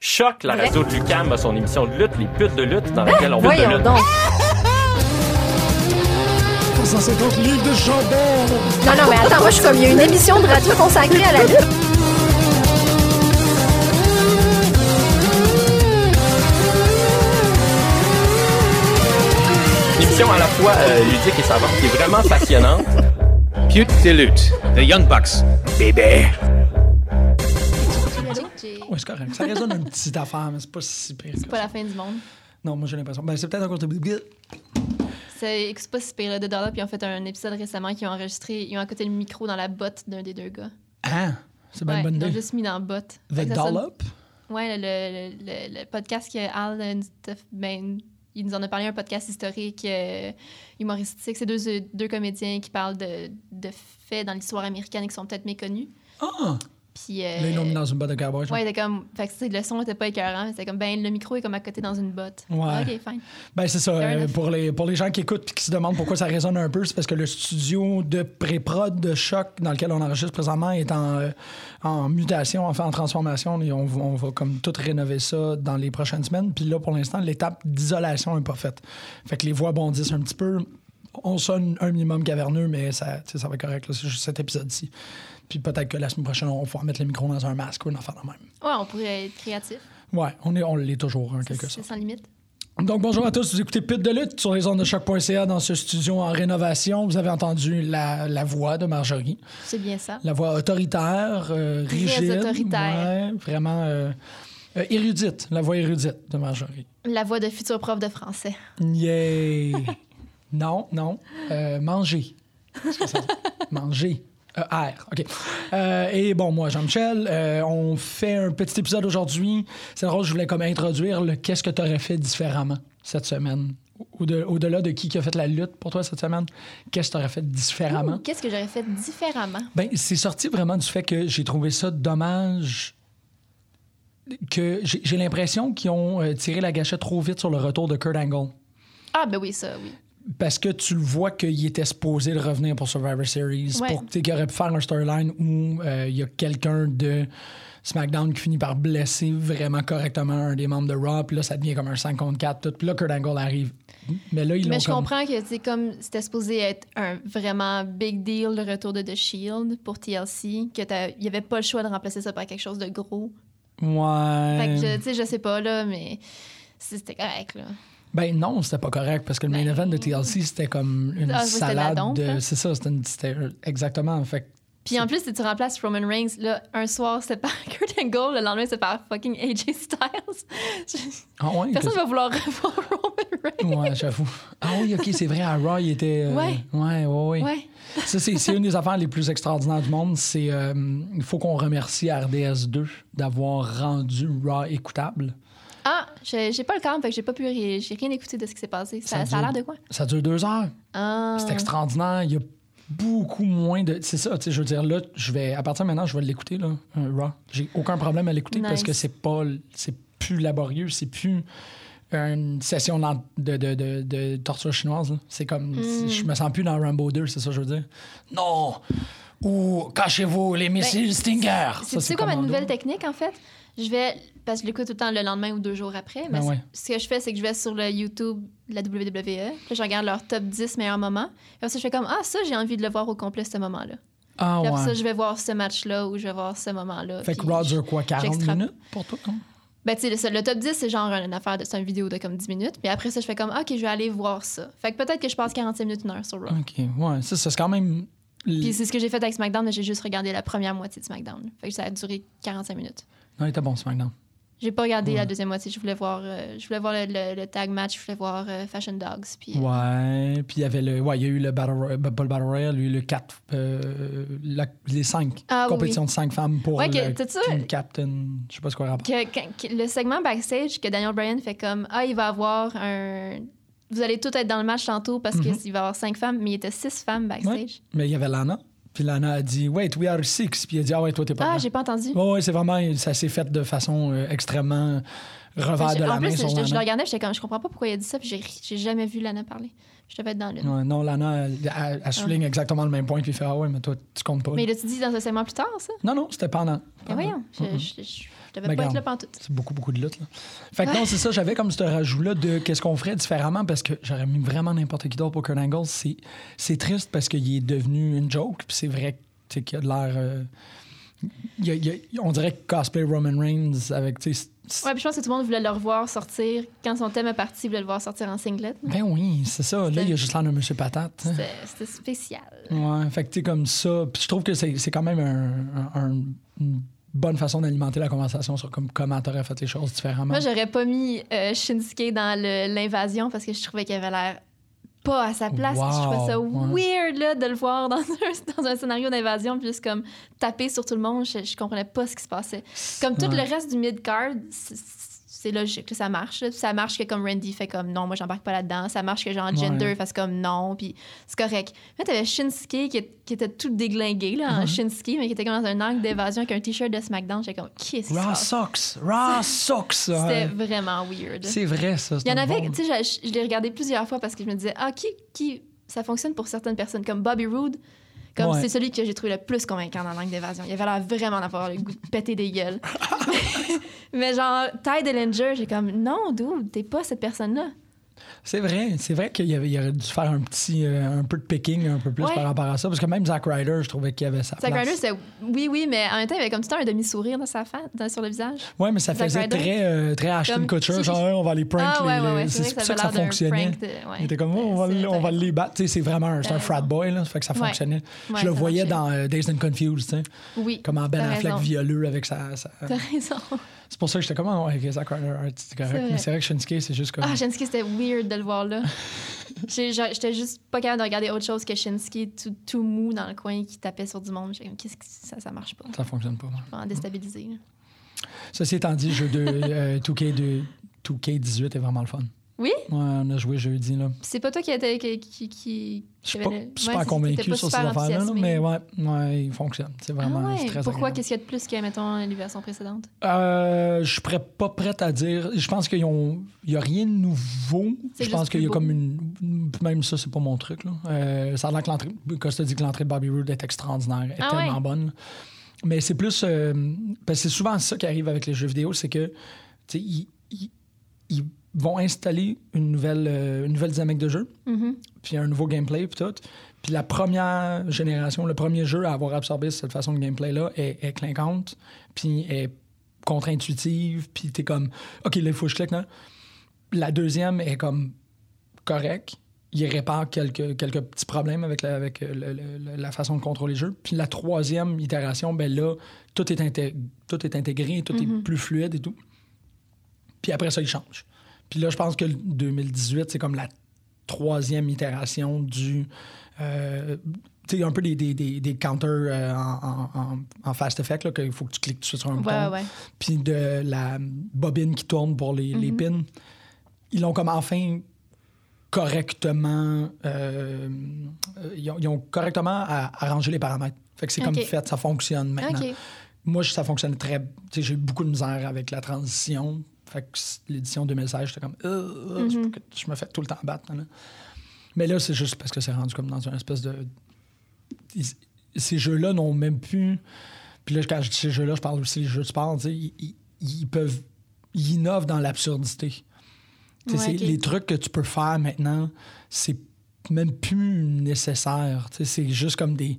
Choc, la radio de Lucam a son émission de lutte, les putes de lutte, dans laquelle on va de Ben, Voyons lutte. donc. 150 livres de chambon. Non, non, mais attends, moi, je suis comme, il y a une émission de radio consacrée à la lutte. Une émission à la fois euh, ludique et savante, qui est vraiment passionnante. Pute de lutte, The Young Bucks. Bébé. Ouais, c'est correct. Ça résonne une petite affaire, mais c'est pas si pire. que C'est pas ça. la fin du monde. Non, moi j'ai l'impression. Ben, c'est peut-être encore. C'est écoute, c'est pas si pire. là. The Dollop, ils ont fait un épisode récemment qu'ils ont enregistré. Ils ont accoté le micro dans la botte d'un des deux gars. Ah, c'est bien Ouais, une bonne ils l'ont idée. juste mis dans la botte. Fait The que ça sonne- Dollop. Ouais, le, le- le- le podcast que Al euh, and Steph- ben, il nous en a parlé, un podcast historique, euh, humoristique. C'est deux, euh, deux comédiens qui parlent de, de faits dans l'histoire américaine et qui sont peut-être méconnus. Ah, Puis, euh, là, ils l'ont mis dans une boîte de um cowboy. genre. Ouais, c'était comme. Fait que c'est- le son était pas écœurant, mais c'était comme, ben, le micro est comme à côté dans une botte. Ouais. Ok, fine. Ben, c'est ça. Fair euh, enough. pour, les, pour les gens qui écoutent et qui se demandent pourquoi ça résonne un peu, c'est parce que le studio de pré-prod de choc dans lequel on enregistre présentement est en, euh, en mutation, enfin en transformation. Et on, va- on va comme tout rénover ça dans les prochaines semaines. Puis là, pour l'instant, l'étape d'isolation n'est pas faite. Fait que les voix bondissent un petit peu. On sonne un minimum caverneux, mais ça, tu sais, ça va être correct. là. C'est juste cet épisode-ci. Puis peut-être que la semaine prochaine, on va pouvoir mettre le micro dans un masque ou une affaire de même. Ouais, on pourrait être créatif. Ouais, on est- on l'est toujours, en C'est quelque sorte. c'est sans limite. Donc bonjour à tous, vous écoutez Pute de lutte sur les ondes de choc.ca dans ce studio en rénovation. Vous avez entendu la, la voix de Marjorie, C'est bien ça. la voix autoritaire, euh, Très rigide, autoritaire. ouais, vraiment euh, euh, érudite, la voix érudite de Marjorie. La voix de futur prof de français. Yay! non, non, euh, manger. Qu'est-ce que ça veut dire? manger. Euh, R, OK. Euh, et bon, moi, Jean-Michel, euh, on fait un petit épisode aujourd'hui. C'est drôle, je voulais comme introduire le qu'est-ce que tu aurais fait différemment cette semaine. Au- au-de- Au-delà de qui qui a fait la lutte pour toi cette semaine, qu'est-ce que tu aurais fait différemment? Ouh, Qu'est-ce que j'aurais fait différemment? Ben, c'est sorti vraiment du fait que j'ai trouvé ça dommage que j'ai j'ai l'impression qu'ils ont euh, tiré la gâchette trop vite sur le retour de Kurt Angle. Ah, ben oui, ça, oui. Parce que tu le vois qu'il était supposé de revenir pour Survivor Series, Ouais. pour tu sais, qu'il aurait pu faire un storyline où euh, il y a quelqu'un de SmackDown qui finit par blesser vraiment correctement un des membres de Raw, puis là ça devient comme un 5 contre 4, tout. Puis là Kurt Angle arrive. Mais là ils l'ont Mais je comme... comprends que c'est comme c'était supposé être un vraiment big deal le retour de The Shield pour TLC, que t'as- il y avait pas le choix de remplacer ça par quelque chose de gros. Ouais. Fait que je, tu sais, je sais pas là, mais c'était correct là. Ben non, c'était pas correct parce que le main Ben- event de TLC c'était comme une Ah, oui, c'était de la salade dompe, de. hein. C'est ça, c'était une- c'était exactement. Fait que Puis en plus, si tu remplaces Roman Reigns, là, un soir c'est par Kurt Angle, le lendemain c'est par fucking AJ Styles. Je- ah ouais, Personne que- va vouloir revoir Roman Reigns. ouais, j'avoue. Ah oui, ok, c'est vrai. À Raw, il était. euh, Ouais. ouais, ouais, ouais. Ouais. Ça, c'est c'est une des affaires les plus extraordinaires du monde. C'est euh, il faut qu'on remercie RDS2 d'avoir rendu Raw écoutable. Ah, j'ai j'ai pas le calme, fait que j'ai pas pu, ré- j'ai rien écouté de ce qui s'est passé. Ça, Ça ça dure. a l'air de quoi Ça dure deux heures. Ah. C'est extraordinaire. Il y a beaucoup moins de. C'est ça, tu sais, je veux dire, là, je vais. À partir de maintenant, je vais l'écouter, là, euh, Raw. J'ai aucun problème à l'écouter parce Nice. que c'est pas. C'est plus laborieux, c'est plus une session lent- de, de, de, de torture chinoise. là. C'est comme. Hmm. Je me sens plus dans Rambo 2, c'est ça, que je veux dire. Non! Ou cachez-vous les missiles Stinger! Ça, Ben, C'est tu sais quoi ma commando. nouvelle technique en fait Je vais parce que je l'écoute tout le temps le lendemain ou deux jours après. Mais Ben ouais. ce que je fais, c'est que je vais sur le YouTube de la WWE. Puis là, je regarde leur top 10 meilleurs moments. Et après ça, je fais comme ah ça, j'ai envie de le voir au complet ce moment-là. Ah Puis ouais. après ça, je vais voir ce match-là ou je vais voir ce moment-là. fait que Puis Raw je- dure quoi, 40 j'extrape. minutes pour toi? hein? Ben, tu sais, le, le top 10, c'est genre une affaire, de, c'est une vidéo de comme 10 minutes. Puis après ça, je fais comme, Ah, OK, je vais aller voir ça. Fait que peut-être que je passe 45 minutes, une heure sur Raw. Ok, ouais, ça, ça, c'est quand même. Puis c'est ce que j'ai fait avec SmackDown, mais j'ai juste regardé la première moitié de SmackDown. Fait que ça a duré 45 minutes. Non, il était bon, SmackDown. J'ai pas regardé la deuxième moitié. Je voulais voir, euh, je voulais voir le, le- le tag match, je voulais voir euh, Fashion Dogs. Puis, euh, Ouais, puis il y avait le. Ouais, il y a eu le Battle Royale, pas le Battle Royale, il y a eu le 4. les 5. Ah oui, compétition de 5 femmes pour Ouais, que- le t'as-tu- Team Captain. Je sais pas ce qu'on rappelle. que- que- que le segment backstage que Daniel Bryan fait comme Ah, il va avoir un. Vous allez tous être dans le match tantôt parce Mhm. qu'il va y avoir cinq femmes, mais il était six femmes backstage. Mais il y avait Lana. Puis Lana a dit, Wait, we are six. Puis il a dit, Ah ouais, toi, t'es pas Ah, là. j'ai pas entendu. Ouais, ouais, c'est vraiment. Ça s'est fait de façon euh, extrêmement revers de J'ai- la en main plus, je, sur je le Lana. regardais, j'étais comme, je comprends pas pourquoi il a dit ça, puis j'ai, j'ai jamais vu Lana parler. Je devais être dans l'une. Ouais, non, Lana, elle, elle- elle souligne exactement le même point. Puis il fait, Ah ouais, mais toi, tu comptes pas. Mais l'as-tu dit dans un segment plus tard, ça? Non, non, c'était pendant. Ben voyons, je, Mm-mm. je- je- je Je devais Ben, pas garde. être là pantoute. C'est beaucoup, beaucoup de lutte. Là. Fait que Ouais. non, c'est ça, j'avais comme ce rajout-là de qu'est-ce qu'on ferait différemment parce que j'aurais mis vraiment n'importe qui d'autre pour Kurt Angle. C'est, c'est triste parce qu'il est devenu une joke, puis c'est vrai que, tu sais, qu'il a de l'air. euh, il a- il a- on dirait que cosplay Roman Reigns avec. tu sais, c'est- Ouais, puis je pense que tout le monde voulait le revoir sortir. Quand son thème est parti, il voulait le voir sortir en singlet. Ben oui, c'est ça. Là, il y a juste l'air de Monsieur Patate. hein. C'était c'était spécial. Ouais, fait que tu sais, comme ça. Puis je trouve que c'est c'est quand même un- un- un- une bonne façon d'alimenter la conversation sur comme, comment t'aurais fait les choses différemment. Moi, j'aurais pas mis euh, Shinsuke dans le- l'invasion parce que je trouvais qu'il avait l'air pas à sa place. puis Je Wow, trouvais ça ouais. weird là, de le voir dans un, dans un scénario d'invasion, puis juste comme taper sur tout le monde. Je, je comprenais pas ce qui se passait. Comme tout Ouais. le reste du mid-card, c'est- c'est logique, là, ça marche. là. Ça marche que comme Randy fait comme non, moi j'embarque pas là-dedans. Ça marche que genre Gender Ouais. fasse comme non, puis c'est correct. Mais t'avais Shinsuke qui, est- qui était tout déglingué là, Mm-hmm. en Shinsuke, mais qui était comme dans un angle d'évasion avec un t-shirt de SmackDown. J'étais comme, qu'est-ce qui se Raw passe? Socks! Raw Socks! C'était ouais. vraiment weird. C'est vrai, ça. c'est Il y en un avait, Ah bon- tu sais, je, je l'ai regardé plusieurs fois parce que je me disais, ah, qui, qui, ça fonctionne pour certaines personnes, comme Bobby Roode, comme Ouais. c'est celui que j'ai trouvé le plus convaincant dans l'angle d'évasion. Il avait l'air vraiment d'avoir le goût de péter des gueules. Mais genre, Ty Dillinger, j'ai comme, non, dude, t'es pas cette personne-là. C'est vrai, c'est vrai qu'il y avait, il y aurait dû faire un petit, euh, un peu de picking un peu plus Ouais. par rapport à ça, parce que même Zack Ryder, je trouvais qu'il y avait sa Zack place. Ryder, c'est oui, oui, mais en même temps, il avait comme tout le temps un demi-sourire dans sa fa- dans- sur le visage. Ouais, mais ça Zack faisait Ryder. très, euh, très Ashton Comme- Kutcher, si- genre hey, on va les prank, ah, les- ouais, ouais, ouais, les- c'est c'est pour ça vrai que ça avait l'air d'un fonctionnait. prank de- ouais. Il était comme, oh, on va, C'est- le- on va les battre. Tu sais, c'est vraiment un, c'est un T'as frat raison. boy, là. Fait que ça Ouais. fonctionnait. Ouais, je le ça voyais dans marchait. euh, Dazed and Confused, tu sais. Oui. Comment Ben t'as Affleck raison. violeux avec sa. sa- T'as raison. C'est pour ça que j'étais comme, oh, ok, Zack Ryder, alright, c'est correct. vrai. Mais c'est vrai que Shinsuke, c'est juste comme. Ah, Shinsuke, c'était weird de le voir là. J'ai- j'a- J'étais juste pas capable de regarder autre chose que Shinsuke tout, tout mou dans le coin qui tapait sur du monde. J'ai comme, qu'est-ce que ça, ça marche pas? ça fonctionne pas, moi. Vraiment déstabilisé. là. Ceci étant dit, jeu de euh, 2K, de, 2K18 est vraiment le fun. Oui? Ouais, on a joué jeudi, là. Puis C'est pas toi qui étais. Qui, qui, qui, Je qui suis avait pas le- super Ouais, c'est- convaincu t'étais pas sur ces super affaires-là, là, enthousiasmé. mais ouais, ouais, il fonctionne. C'est Ah vraiment ouais, c'est très Pourquoi? agréable. Qu'est-ce qu'il y a de plus que, mettons, les versions précédentes? Euh, je serais pas prête à dire. Je pense qu'il n'y a rien de nouveau. C'est Je pense juste qu'il y a plus comme une. Même ça, c'est pas mon truc. Là. Euh, ça a l'air que l'entrée. Costa dit que l'entrée de Bobby Roode est extraordinaire, est Ah tellement ouais? bonne. Mais c'est plus. euh, parce que c'est souvent ça qui arrive avec les jeux vidéo, c'est que. tu sais, Ils, ils- ils vont installer une nouvelle, euh, une nouvelle dynamique de jeu, Mm-hmm. puis un nouveau gameplay, puis tout. Puis la première génération, le premier jeu à avoir absorbé cette façon de gameplay-là est, est clinquante, puis est contre-intuitive, puis t'es comme, OK, là, il faut que je clique, non? La deuxième est comme correct. Il répare quelques, quelques petits problèmes avec, la, avec euh, le- le- le- la façon de contrôler le jeu. Puis la troisième itération, ben là, tout est, inté- tout est intégré, tout Mhm. est plus fluide et tout. Puis après ça, il change. Puis là, je pense que le 2018, c'est comme la troisième itération du. euh, tu sais, un peu des, des, des, des counters euh, en, en- en- en fast effect, là, qu'il faut que tu cliques tout de suite sur un bouton Ouais, ouais. puis de la bobine qui tourne pour les, les Mhm. pins, ils l'ont comme enfin correctement. euh, euh, ils, ont, ils ont correctement a- arrangé les paramètres. Fait que c'est comme Ok. fait, ça fonctionne maintenant. Ok. Moi, je- ça fonctionne très. tu sais, J'ai eu beaucoup de misère avec la transition. Fait que c- l'édition 2016, j'étais comme. Euh, euh, Mhm. je- Je me fais tout le temps battre. là. Mais là, c'est juste parce que c'est rendu comme dans une espèce de. ils- Ces jeux-là n'ont même plus. Puis là, quand je dis ces jeux-là, je parle aussi des jeux de sport. tu sais, Ils, ils- ils peuvent. Ils innovent dans l'absurdité. Tu sais, Ouais, c'est- ok. Les trucs que tu peux faire maintenant, c'est même plus nécessaire. Tu sais, C'est juste comme des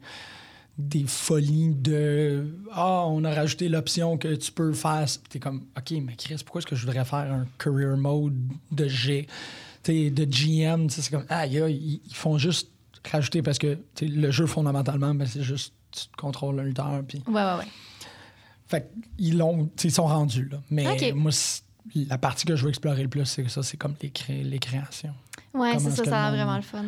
des folies de ah on a rajouté l'option que tu peux faire t'es comme ok mais Chris pourquoi est-ce que je voudrais faire un career mode de G tu sais, de GM tu sais, c'est comme ah ils, ils font juste rajouter parce que tu sais, le jeu fondamentalement ben, c'est juste tu contrôles un lutteur puis Ouais, ouais, ouais. fait que ils l'ont tu sais, ils sont rendus là mais Ok. moi c'est- la partie que je veux explorer le plus c'est ça c'est comme les, cré- les créations Ouais, Comment c'est est-ce ça, que ça a le monde- l'air vraiment le fun.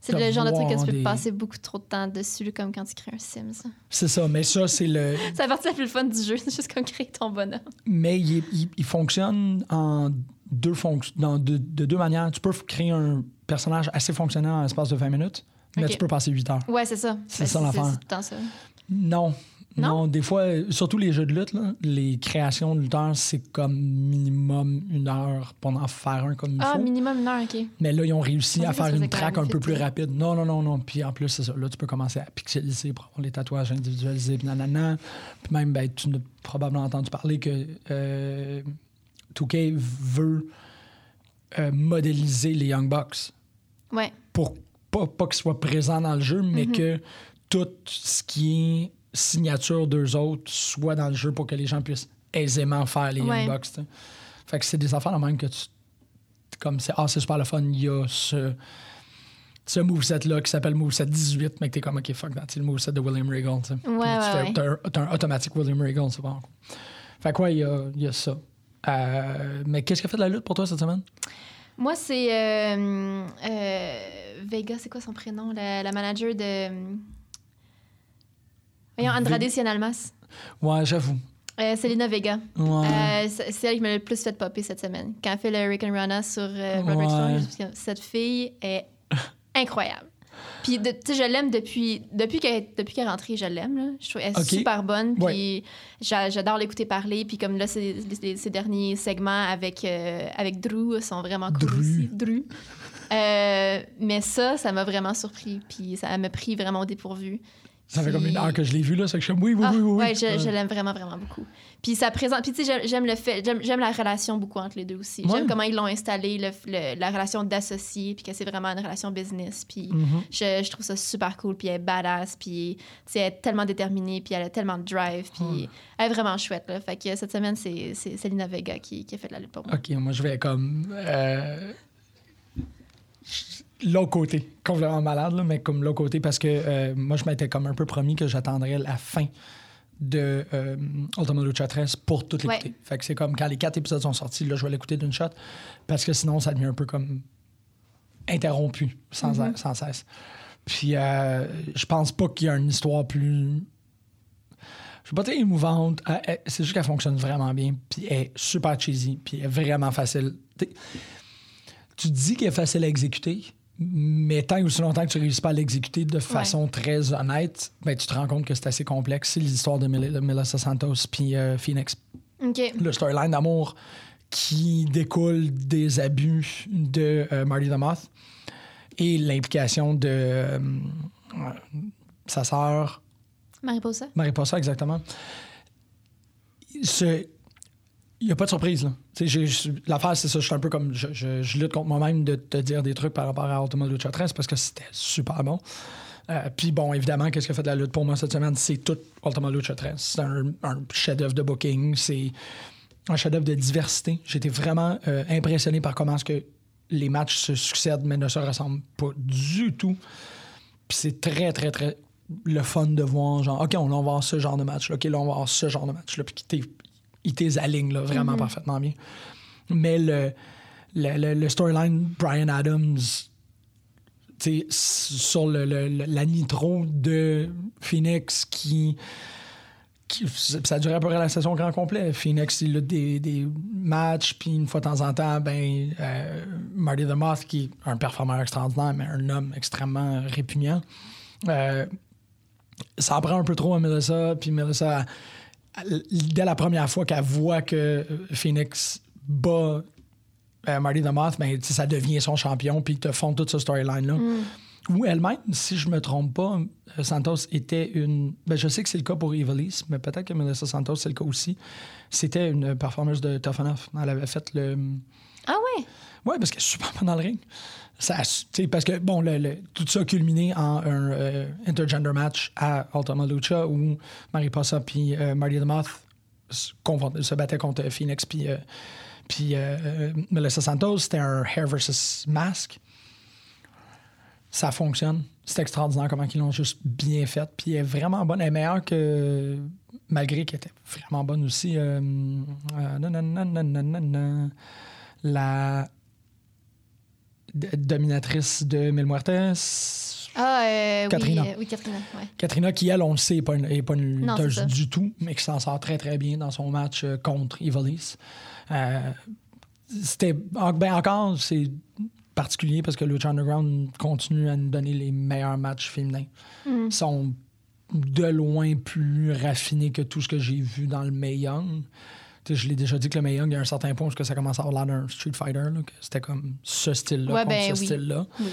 C'est Comme le genre de truc que tu peux voir des- passer beaucoup trop de temps dessus, comme quand tu crées un Sims. c'est ça mais ça c'est le C'est la partie la plus fun du jeu, c'est juste comme créer ton bonhomme. mais il, est- il- il fonctionne en deux fonc- dans deux- de deux manières. Tu peux f- créer un personnage assez fonctionnel en l'espace de 20 minutes, mais Ok. tu peux passer 8 heures. Ouais, c'est ça. C'est Ben, ça l'affaire. C'est tout le temps ça. Non, Non? des fois, euh, surtout les jeux de lutte, là, les créations de lutteurs, c'est comme minimum une heure pour en faire un comme il Ah, faut. minimum une heure, OK. Mais là, ils ont réussi On à dirait que faire ça une faisait track quand un même peu fit, plus là. rapide. Non, non, non, non. Puis en plus, c'est ça. Là, tu peux commencer à pixeliser pour avoir les tatouages individualisés, puis nanana. Puis même, ben, tu n'as probablement entendu parler que euh, 2K veut euh, modéliser les Young Bucks Ouais. pour pas, pas qu'ils soient présents dans le jeu, Mhm. mais que tout ce qui est signature d'eux autres soit dans le jeu pour que les gens puissent aisément faire les Ouais. Young Bucks. tu sais. Fait que c'est des affaires là même que tu. Comme c'est, ah, c'est super le fun, il y a ce. Ce moveset-là qui s'appelle moveset 18, mais que t'es comme, OK, fuck that, c'est le moveset de William Regal. tu sais. Puis ouais, tu fais- ouais. T'as, un, t'as un automatique William Regal, c'est bon. Fait que ouais, il y a, il y a ça. Euh, mais qu'est-ce qui a fait de la lutte pour toi cette semaine? Moi, c'est euh, euh, Vega, c'est quoi son prénom? La, la manager de. euh, Voyons, Andrade Cien Almas. Ouais, j'avoue. Euh, Selena Vega. Ouais. Euh, c'est c'est elle qui m'a le plus fait popper cette semaine. Quand elle fait le Rick and Rana sur euh, Roderick Strong, Ouais. je me suis dit, cette fille est incroyable. Puis, de- tu sais, je l'aime depuis, depuis qu'elle depuis qu'elle est rentrée, je l'aime. là. Je trouve elle est Ok. super bonne. Puis, j'a- j'adore l'écouter parler. Puis, comme là, ces, les- ces derniers segments avec, euh, avec Drew sont vraiment cool Drew. aussi. Drew. Euh, mais ça, ça m'a vraiment surpris. Puis, ça m'a pris vraiment au dépourvu. Ça fait comme Puis- une heure que je l'ai vu, là. C'est que je suis comme, oui, oui, ah, oui, oui. Ouais, je, Euh, je l'aime vraiment, vraiment beaucoup. Puis ça présente. Puis tu sais, j'aime- j'aime le fait. J'aime j'aime la relation beaucoup entre les deux aussi. Ouais. J'aime comment ils l'ont installé, le- le- la relation d'associé, puis que c'est vraiment une relation business. Puis Mhm. je, je trouve ça super cool. Puis elle est badass. Puis tu sais, elle est tellement déterminée. Puis elle a tellement de drive. Puis elle est vraiment chouette. Là. Fait que cette semaine, c'est c'est Selena Vega qui, qui a fait de la lutte pour moi. OK, moi, je vais comme... euh, L'autre côté, complètement malade, là, mais comme l'autre côté, parce que euh, moi, je m'étais comme un peu promis que j'attendrais la fin de euh, Ultima Lucha 13 pour tout l'écouter. Ouais. Fait que c'est comme quand les quatre épisodes sont sortis, là, je vais l'écouter d'une shot, parce que sinon, ça devient un peu comme interrompu sans, Mm-hmm. sans cesse. Puis euh, je pense pas qu'il y a une histoire plus. Je sais pas, t'es émouvante. Elle- elle- C'est juste qu'elle fonctionne vraiment bien. Puis elle est super cheesy. Puis elle est vraiment facile. T'es- Tu te dis qu'elle est facile à exécuter, mais tant et aussi longtemps que tu réussis pas à l'exécuter de façon très honnête, ben, tu te rends compte que c'est assez complexe. C'est l'histoire de Mel- de Melissa Santos puis euh, Phoenix OK. le storyline d'amour qui découle des abus de euh, Marty the Moth et l'implication de euh, euh, sa sœur, Mariposa? marie Ben, pas ça exactement. Ce- Il n'y a pas de surprise. là. Tu sais, j'ai- j'ai- L'affaire, c'est ça. Je suis un peu comme. Je, je- je lutte contre moi-même de te dire des trucs par rapport à Ultima Lucha 13 parce que c'était super bon. Euh, Puis bon, évidemment, qu'est-ce que fait de la lutte pour moi cette semaine? C'est tout Ultima Lucha 13. C'est un, un chef-d'œuvre de booking. C'est un chef-d'œuvre de diversité. J'étais vraiment euh, impressionné par comment est-ce que les matchs se succèdent mais ne se ressemblent pas du tout. Puis c'est très, très, très le fun de voir, genre, OK, on va avoir ce genre de match, là, OK, là, on va avoir ce genre de match, là, puis qu'ils t'é- ils t'élignent là, vraiment parfaitement bien. Mais le, le, le- le storyline Brian Adams, tu sais, s- sur le, le- le- la nitro de Phoenix qui. qui- Ça durait à peu près la session au grand complet. Phoenix, il a des, des matchs, puis une fois de temps en temps, ben, euh, Marty the Moth, qui est un performeur extraordinaire, mais un homme extrêmement répugnant, euh, ça en prend un peu trop à Melissa. Puis Melissa, elle- dès la première fois qu'elle voit que euh, Phoenix bat euh, Marty the Moth, ben, tu sais, ça devient son champion, puis ils te font toute ce storyline-là. Ou elle-même, si je me trompe pas, euh, Santos était une. Ben, je sais que c'est le cas pour Evilise, mais peut-être que Melissa Santos, c'est le cas aussi. C'était une performance de Tough Enough. Elle avait fait le. Ah ouais? Oui, parce qu'elle est super bonne dans le ring. Ça, tu sais, parce que, bon, le- le- tout ça a culminé en un euh, intergender match à Ultima Lucha où Mariposa puis euh, Marty the Moth se, confron- se battaient contre Phoenix puis euh, puis, euh, euh, Melissa Santos. C'était un hair versus mask. Ça fonctionne. C'est extraordinaire comment ils l'ont juste bien fait. Puis elle est vraiment bonne. Elle est meilleure que, malgré qu'elle était vraiment bonne aussi, euh, euh, nanana, nanana, la d- dominatrice de Mil Muertes. Ah, euh, Katrina. oui. euh, oui, Katrina. Ouais. Katrina, qui elle, on le sait, n'est pas une, est pas une Non, lutteuse c'est ça. du tout, mais qui s'en sort très, très bien dans son match euh, contre Ivolis. Euh, C'était. en- ben, encore, c'est Mm. particulier parce que Lucha Underground continue à nous donner les meilleurs matchs féminins. Ils sont de loin plus raffiné que tout ce que j'ai vu dans le Mae Young. Tu sais, je l'ai déjà dit que le Mae Young, il y a un certain point parce que ça commence à avoir l'air d'un Street Fighter, là, que c'était comme ce style-là Ouais, contre ben ce oui. style-là. Oui.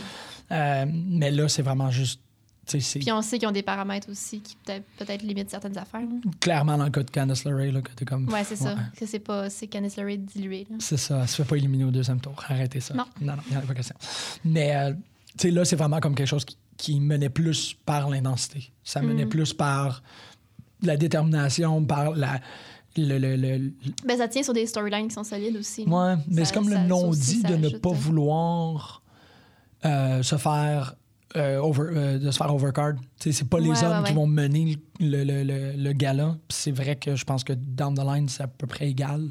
Euh, mais là, c'est vraiment juste. tu sais, Puis on sait qu'ils ont des paramètres aussi qui peut-être peut-être limitent certaines affaires. là. C'est clairement dans le cas de Candice LeRae là, que t'es comme. Ouais, c'est ça. Ouais. Que c'est pas c'est Candice LeRae dilué. là. C'est ça, elle se fait pas éliminer au deuxième tour. Arrêtez ça. Non. non, il n'y en a pas question. Mais euh, tu sais, là, c'est vraiment comme quelque chose qui, qui menait plus par l'intensité. Ça Mm. menait plus par la détermination, par la. Le, le- le- le- Ben, ça tient sur des storylines qui sont solides aussi. là. Ouais, mais Ça- c'est comme ça- le ça non-dit aussi, ça de ne ajoute, pas euh, vouloir euh, se faire. euh, over, euh, de se faire overcard. Tu sais, C'est pas les Ouais, hommes ouais, qui ouais. vont mener le, le, le- le gala. Puis C'est vrai que je pense que down the line, c'est à peu près égal.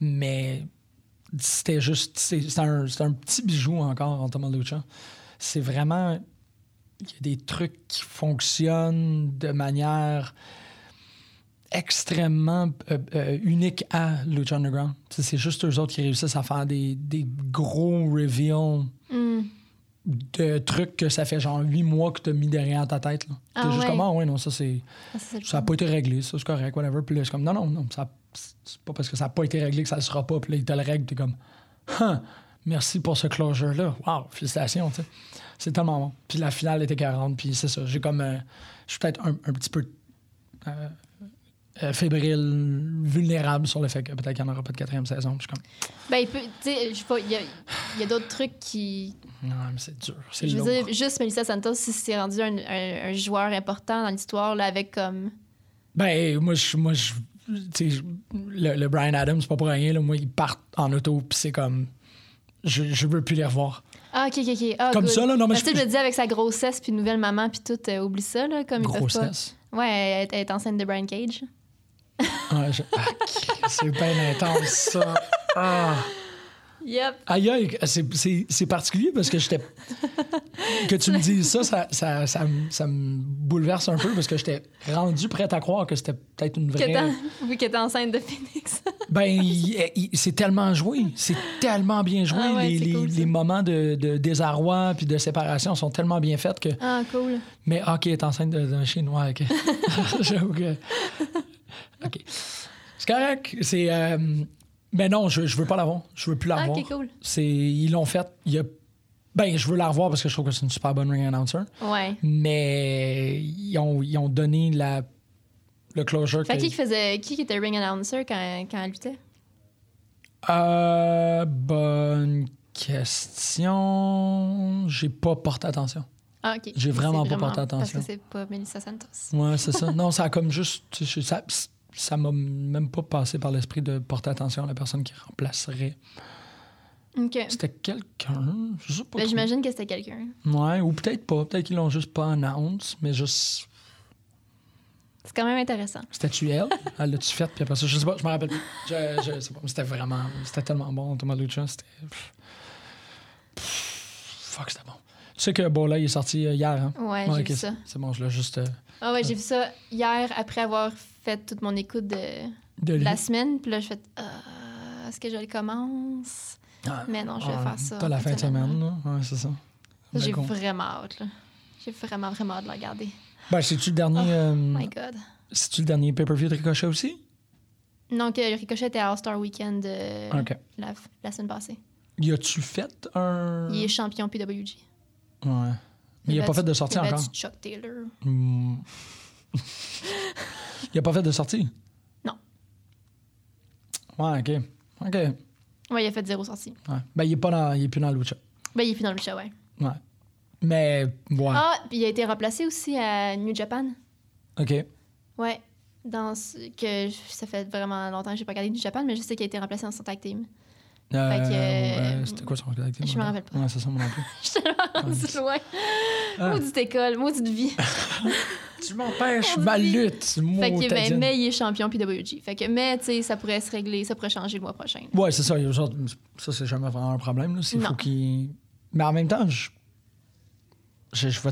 Mais c'était juste. C'est c'est un, c'est un petit bijou encore en Thomas Lucha. C'est vraiment. Il y a des trucs qui fonctionnent de manière extrêmement euh, euh, unique à Lucha Underground. C'est c'est juste eux autres qui réussissent à faire des, des gros reveals Hmm. de trucs que ça fait genre huit mois que t'as mis derrière ta tête. là. T'es Ah juste ouais. comme, ah ouais, non, ça c'est. ah, ça, c'est le Ça n'a pas été réglé, ça c'est correct, whatever. Puis là, c'est comme, non, non, non, ça, c'est pas parce que ça n'a pas été réglé que ça ne sera pas. Puis là, ils te le règlent, t'es comme, Hein, merci pour ce closure-là. Wow, félicitations, tu sais. C'est tellement bon. Puis la finale était 40, puis c'est ça. J'ai comme, euh, je suis peut-être un, un petit peu euh, euh, fébrile, vulnérable sur le fait que peut-être qu'il n'y en aura pas de quatrième saison. Puis je suis Ben, il peut, tu sais, je sais pas, il y a, il y a d'autres trucs qui. comme, non, mais c'est dur, c'est Je lourd. veux dire, juste Melissa Santos, si c'est rendu un, un- un joueur important dans l'histoire, là, avec comme. Ben, moi, je. Moi, je tu sais, je- le, le Brian Adams, c'est pas pour rien. Là. Moi, ils partent en auto, puis c'est comme. Je, je veux plus les revoir. Ah, ok, ok, ok. Ah, Comme good. ça, là, non, mais Parce que je- je le dis avec sa grossesse, puis nouvelle maman, puis tout, euh, oublie ça, là, comme ils peuvent pas- Grossesse. Ouais, elle, est- elle est enceinte de Brian Cage. Ouais, je- Ah, c'est bien intense, ça. Ah. Yep. Aïe, aïe, c'est- c'est c'est particulier parce que j'étais. Que tu me dises ça, ça, ça, ça, me- ça me bouleverse un peu parce que j'étais rendu prête à croire que c'était peut-être une Que vraie. t'en- Oui, qui est enceinte de Phoenix. Ben, il- il- c'est tellement joué. C'est tellement bien joué. Ah ouais, les, c'est les- cool, ça. les moments de, de désarroi puis de séparation sont tellement bien faits que. ah, cool. Mais OK, elle est enceinte de- d'un Chinois, OK. J'avoue que. OK. C'est correct. C'est. euh, Mais non, je, je veux pas l'avoir. Je veux plus Ah, l'avoir. ok, cool. C'est. Ils l'ont fait. Il y a... Ben, je veux la revoir parce que je trouve que c'est une super bonne ring announcer. Ouais. Mais ils ont, ils ont donné la. Le closure Fait que- qui faisait qui était ring announcer quand, quand elle luttait? Euh, bonne question. J'ai pas porté attention. Ah, ok. J'ai Mais vraiment c'est pas porté Parce attention. que c'est pas Melissa Santos. Ouais, c'est ça. Non, ça a comme juste. tu sais, Ça, ça m'a même pas passé par l'esprit de porter attention à la personne qui remplacerait. Ok. C'était quelqu'un. Je sais pas. Ben, trop. J'imagine que c'était quelqu'un. ouais, ou peut-être pas. Peut-être qu'ils l'ont juste pas annoncé, mais juste. C'est quand même intéressant. C'était-tu elle? Elle l'a-tu faite? Puis après ça, je sais pas, je me rappelle. plus. Je, je sais pas. mais C'était vraiment. C'était tellement bon, Thomas Lucha. C'était. pff. Pff, Fuck, c'était bon. Tu sais que Bola, il est sorti euh, hier, hein? Ouais, j'ai ok, vu ça. c'est- C'est bon, je l'ai juste. euh, Ah ouais, j'ai vu ça hier après avoir fait toute mon écoute de, de de lui. la semaine. Puis là, je fais Ah, est-ce que je le commence? Ah, Mais non, je vais ah, faire ça. Pas la fin de semaine, là. Ouais, c'est ça. Ça, J'ai Ben, con. vraiment hâte. là. J'ai vraiment, vraiment hâte de le regarder. Ben, c'est-tu le dernier, euh, Oh My God. c'est-tu le dernier pay-per-view de Ricochet aussi? Non, que euh, Ricochet était à All-Star Weekend euh, OK. la, la semaine passée. Y a-tu fait un. Il est champion PWG. Ouais. Mais Mm. il a pas battu- fait de sortie il a encore. battu Chuck Taylor. Hmm. il a pas fait de sortie? Non. Ouais, OK. OK. Ouais, il a fait zéro sortie. Ouais. Ben, il est, pas dans, il est plus dans le Lucha. Ben, il est plus dans le show, ouais. Ouais. Mais, ouais. Ah, puis il a été remplacé aussi à New Japan. OK. Ouais. Dans ce- que je- ça fait vraiment longtemps que j'ai pas regardé New Japan, mais je sais qu'il a été remplacé en son tag team. Euh, Fait que, ouais, euh, C'était quoi son contact? je me rappelle pas. Ouais, c'est ça, mon nom Je suis tellement rendue loin. Ah. Maudite école, maudite vie. Tu m'empêches, ma lutte. fait que, mauditaine. ben, mais il est champion PWG. Fait que, mais, tu sais, ça pourrait se régler, ça pourrait changer le mois prochain. Ouais, c'est ça. il y a genre- Ça, c'est jamais vraiment un problème. Là. S'il Non. faut qu'il- Mais en même temps, je. Je, je vais.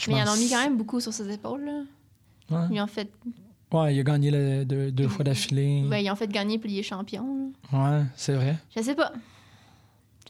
je mais ils m'en- en ont mis quand même beaucoup sur ses épaules, là. Ouais. Ils lui ont fait, Ouais, il a gagné le- deux, deux fois d'affilée. ben, ils ont fait gagner, puis il est champion, là. Ouais, c'est vrai. Je sais pas.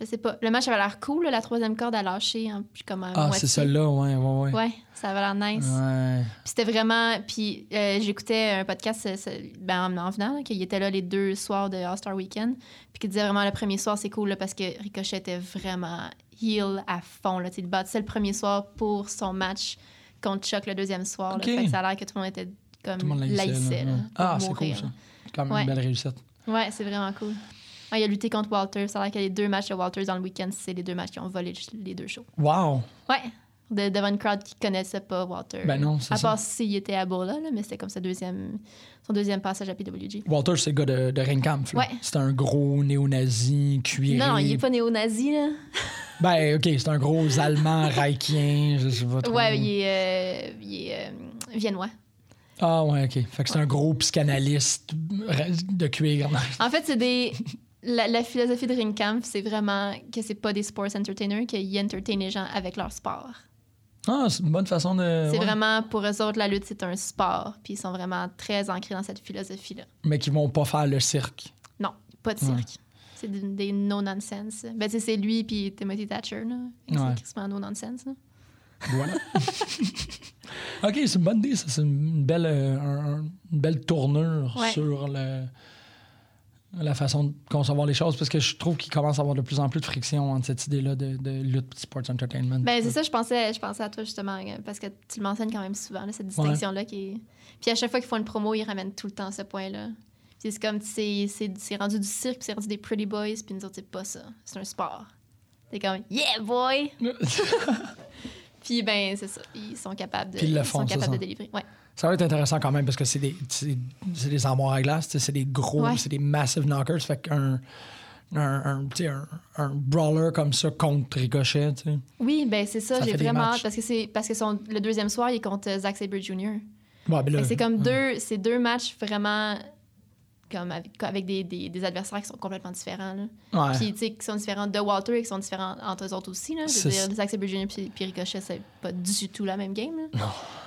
Je sais pas. Le match avait l'air cool, là, la troisième corde à lâcher. hein, puis comme à Ah, moitié. c'est celle-là, ouais, ouais, ouais. Ouais, ça avait l'air nice. Ouais. Puis c'était vraiment. Puis euh, j'écoutais un podcast ce- ce- ben, en, en venant, là, qu'il était là les deux soirs de All-Star Weekend. Puis qu'il disait vraiment le premier soir, c'est cool là, parce que Ricochet était vraiment heel à fond. Là. Tu sais, Il bâtissait le premier soir pour son match contre Chuck le deuxième soir. Ok. là. Fait que ça a l'air que tout le monde était comme Tout le monde l'a laïcé. là, pour Ah, c'est cool, mourir, ça. là. C'est quand même Ouais. une belle réussite. Ouais, c'est vraiment cool. Ah, il a lutté contre Walter. Ça a l'air que les deux matchs de Walters dans le week-end, c'est les deux matchs qui ont volé le- les deux shows. Wow! Ouais. De, devant une crowd qui connaissait pas Walter. Ben non, c'est À ça. part s'il était à Bola, là, mais c'était comme sa deuxième, son deuxième passage à PWG. Walter, c'est le gars de, de Mein Kampf, là. Ouais. C'est un gros néo-nazi, cuiré. Non, non, il est pas néo-nazi, là. Ben, OK, c'est un gros Allemand, raikien, je sais pas trop. Ouais, il est, euh, il est, euh, viennois. Ah, ouais, OK. Fait que c'est un gros psychanalyste ra- de cuir. En fait, c'est des. La, la philosophie de Ringkampf, c'est vraiment que c'est pas des sports entertainers, qu'ils entertainent les gens avec leur sport. Ah, c'est une bonne façon de... c'est Ben ouais. vraiment, pour eux autres, la lutte, c'est un sport. Puis ils sont vraiment très ancrés dans cette philosophie-là. Mais qui vont pas faire le cirque. Non, pas de Ouais. cirque. C'est des, des no-nonsense. Ben, tu sais, c'est lui puis Timothy Thatcher, là. Fait que Ouais. C'est quasiment no-nonsense, là. Voilà. OK, c'est une bonne idée, ça. C'est une belle, euh, un- un- une belle tournure Ouais. sur le- la façon de concevoir les choses, parce que je trouve qu'il commence à avoir de plus en plus de friction entre cette idée-là de, de lutte et sports entertainment. Ben, c'est ça, je pensais, je pensais à toi, justement, euh, parce que tu le mentionnes quand même souvent, là, cette distinction-là. qui est- Puis à chaque fois qu'ils font une promo, ils ramènent tout le temps ce point-là. Puis c'est comme, tu sais, c'est c'est rendu du cirque, puis c'est rendu des pretty boys, puis nous autres, c'est pas ça. C'est un sport. C'est comme, yeah, boy! Puis ben, c'est ça. Ils sont capables de, Puis ils le font, sont ça, capables ça. de délivrer. Ouais. Ça va être intéressant quand même parce que c'est des, c'est c'est des armoires à glace, tu sais, c'est des gros, Ouais. c'est des massive knockers. Fait qu'un un, un, tu sais, un, un brawler comme ça contre Ricochet, tu sais. Oui, ben, c'est ça, Ça j'ai fait des vraiment matchs. hâte, parce que, c'est- parce que son, le deuxième soir, il est contre euh, Zack Sabre Jr. Bon, ben là, Fait que C'est comme deux, c'est deux matchs vraiment comme avec, avec des, des- des adversaires qui sont complètement différents. là. ouais. Puis, tu sais, qui sont différents de Walter et qui sont différents entre eux autres aussi. Là. Je C'est veux dire, ça. Zack Sabre Jr. puis, puis Ricochet, c'est pas du tout la même game. là.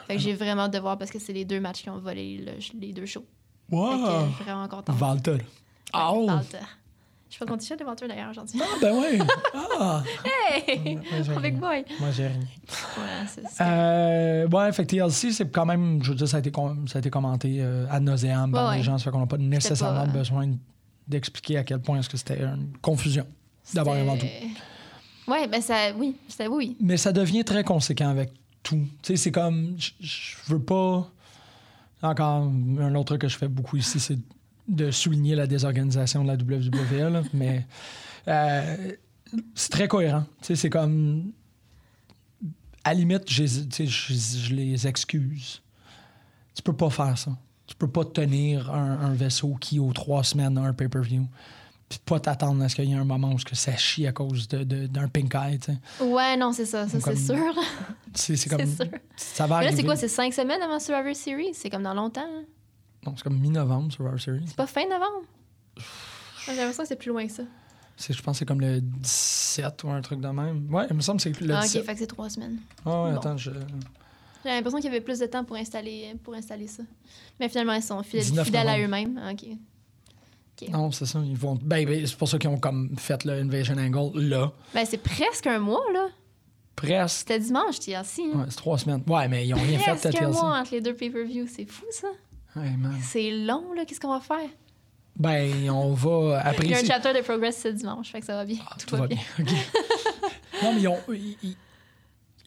Fait que j'ai vraiment hâte de voir parce que c'est les deux matchs qui ont volé le- les deux shows. Fait que Wow! je suis vraiment contente. Walter. Ah, oh! Walter. Je suis pas contente de Walter d'ailleurs aujourd'hui. Ah, ben ouais! Ah! Hey! Ouais, j'ai Big rien. boy! Moi, j'ai rien. Ouais, c'est ça. Euh, ouais, fait que TLC, c'est quand même, je veux dire, ça a été, com- ça a été commenté euh, ad nauseam par Ouais, les ouais. gens, ça fait qu'on n'a pas nécessairement pas, euh, besoin d'expliquer à quel point est-ce que c'était une confusion d'abord et avant tout. C'était- Ouais, ben ça, oui, ça, oui. Mais ça devient très conséquent avec tout. Tu sais, c'est comme, je- je veux pas. Encore un autre truc que je fais beaucoup ici, c'est de souligner la désorganisation de la WWE, là, mais euh, c'est très cohérent. Tu sais, c'est comme. À la limite, je les- tu sais, je je les excuse. Tu peux pas faire ça. Tu peux pas tenir un, un vaisseau qui, aux trois semaines, a un pay-per-view. Puis pas t'attendre à ce qu'il y ait un moment où ce que ça chie à cause de- de- d'un pink-eye. tu sais. Ouais, non, c'est ça, ça Comme- c'est sûr. C'est c'est comme. C'est sûr. Ça va Mais là, arriver. c'est quoi? C'est cinq semaines avant Survivor Series? C'est comme dans longtemps. hein? Non, c'est comme mi-novembre Survivor Series. C'est pas fin novembre? J'ai l'impression que c'est plus loin que ça. C'est- Je pense que c'est comme le 17 ou un truc de même. Ouais, il me semble que c'est le Ah, ok, 17. fait que c'est trois semaines. Ah ouais, Bon. attends, je... J'ai l'impression qu'il y avait plus de temps pour installer, pour installer ça. Mais finalement, ils sont fidèles, 19 fidèles à novembre. eux-mêmes. Ah, Ok. Non, c'est ça. Ils vont... Ben, ben, c'est pour ça qu'ils ont comme fait le Invasion Angle là. Ben, c'est presque un mois, là. Presque. C'était dimanche, TLC. Hein? Ouais, c'est trois semaines. Ouais, mais ils ont rien fait, presque peut-être. un TLC. mois entre les deux pay-per-views. C'est fou, ça. Ouais, man. C'est long, là. Qu'est-ce qu'on va faire? Ben, on va Il y a un apprécier. chapter de Progress ce dimanche, fait que ça va bien. Ah, tout va bien. OK. non, mais ils ont. ils- ils-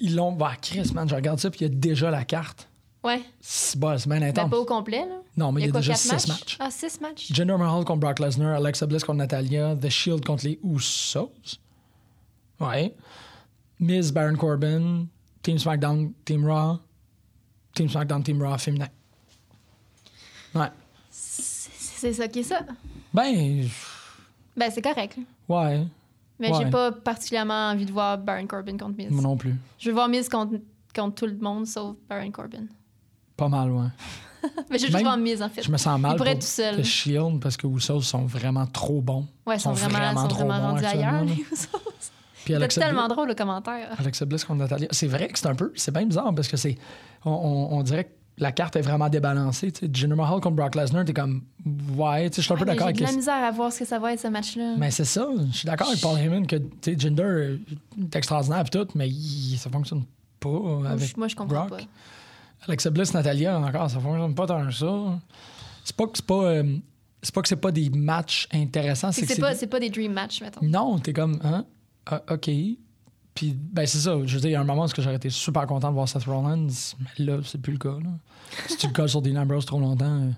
Ils l'ont. Bah, Chris, man, je regarde ça, puis il y a déjà la carte. Ouais. C'est bon, c'est bien Ben, intense. pas au complet, là. Non, mais il y a, quoi, déjà quatre six matchs. Ah, six matchs. Jinder Mahal contre Brock Lesnar, Alexa Bliss contre Natalia, The Shield contre les Usos. Ouais. Miz, Baron Corbin, Team SmackDown, Team Raw, Team SmackDown, Team Raw féminin. Ouais. C'est ça qui est ça. Ben, Ben, c'est correct. là. ouais, Mais Ouais. j'ai pas particulièrement envie de voir Baron Corbin contre Miz. moi non plus. Je veux voir Miz contre, contre tout le monde sauf Baron Corbin. Pas mal, ouais. Mais je veux Même- juste voir Miz en fait. Je me sens mal Il pour pourrait être tout seul. The Shield parce que Usos sont vraiment trop bons. Ouais, ils sont, vraiment, ils sont vraiment rendus ailleurs, actuellement, là. les Usos. Puis C'est Alexa Bliss- tellement drôle le commentaire. Alexa Bliss contre Natalia. C'est vrai que c'est un peu, c'est bien bizarre parce que c'est, on, on- on dirait que la carte est vraiment débalancée. tu sais. Jinder Mahal contre Brock Lesnar, t'es comme, ouais, tu sais, je suis un peu Ouais, mais d'accord J'ai avec de la les- misère à voir ce que ça va être ce match-là. Mais c'est ça, je suis d'accord avec Paul Heyman que tu sais, Jinder euh, est extraordinaire et tout, mais il- ça fonctionne pas Moi, avec je- Moi, je comprends Brock. pas. Alexa Bliss, Natalia, encore, ça fonctionne pas tant que ça. C'est pas que c'est pas, euh, c'est pas que c'est pas des matchs intéressants, C'est que c'est pas, c'est pas des dream match, mettons. Non, t'es comme, hein, Ah, ok. Puis, ben, c'est ça. Je veux dire, il y a un moment où est-ce que j'aurais été super content de voir Seth Rollins, mais là, c'est plus le cas. Là. Si tu le colles sur Dean Ambrose trop longtemps, euh,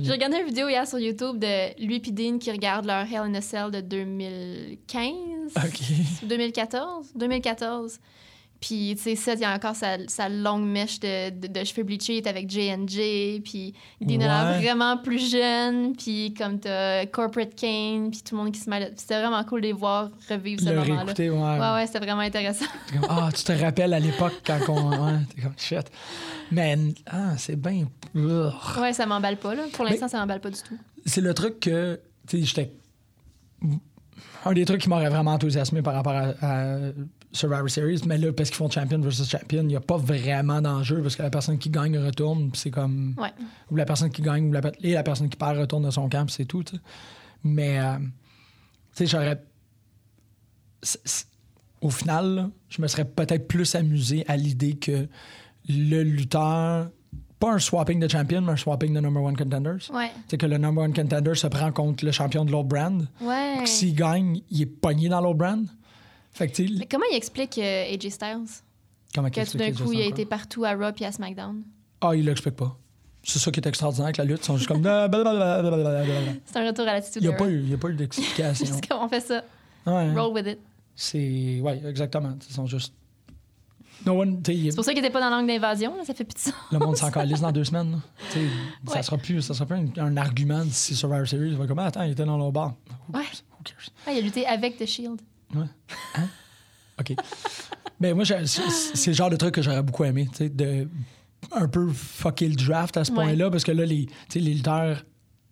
J'ai regardé une vidéo hier sur YouTube de lui et Dean qui regardent leur Hell in a Cell de 2015. ok. ou 2014. 2014. Puis, tu sais, Seth, il y a encore sa, sa longue mèche de, de, de cheveux bleachés, il est avec J&J, puis Dean a Ouais. l'air vraiment plus jeune, puis comme t'as Corporate Kane, puis tout le monde qui se mêle. C'était vraiment cool de les voir revivre ce Le moment-là. réécouter, ouais. Ouais, ouais, c'était vraiment intéressant. T'es comme, ah, tu te rappelles à l'époque quand on. Ouais, t'es comme, shit. Mais, ah, c'est bien. Ugh. Ouais, ça m'emballe pas, là. Pour l'instant, ça m'emballe pas du tout. c'est le truc que, tu sais, j'étais. Un des trucs qui m'aurait vraiment enthousiasmé par rapport à, à Survivor Series, mais là, parce qu'ils font champion versus champion, il n'y a pas vraiment d'enjeu parce que la personne qui gagne retourne, puis c'est comme. Ouais. Ou la personne qui gagne, ou la, pe- et la personne qui perd retourne de son camp, puis c'est tout, tu sais. Mais, euh, tu sais, j'aurais. c'est- c'est- Au final, là, je me serais peut-être plus amusé à l'idée que le lutteur. Pas un swapping de champion, mais un swapping de number one contenders. Ouais. C'est que le number one contender se prend contre le champion de l'autre brand. Ouais. Puis S'il gagne, il est pogné dans l'autre brand. Fait que, tu sais, Mais comment il explique euh, AJ Styles comment que qu'il tout explique d'un ça coup, il a encore? été partout à Raw puis à SmackDown? Ah, il l'explique pas. C'est ça qui est extraordinaire avec la lutte. Ils sont juste comme. blablabla, blablabla. C'est un retour à l'attitude. Il n'y a era. pas eu, il y a pas eu d'explication. Juste comme on fait ça. Ouais. hein. Roll with it. C'est. Ouais, exactement. Ils sont juste. No one. tu sais, C'est pour ça qu'il était pas dans l'angle d'invasion, là, ça fait pitié. Le monde s'en calisse dans deux semaines. là. Tu sais, Ça Ouais. sera plus, ça sera plus un, un argument si Survivor Series va comme. Ah, Attends, il était dans l'autre bar. Who Ouais. cares? Who cares? Ouais, il a lutté avec The Shield. Hein? OK. ben moi, j'ai- c'est c'est le genre de truc que j'aurais beaucoup aimé, tu sais, de un peu fucker le draft à ce Ouais. point-là, parce que là, les, tu sais, les lutteurs,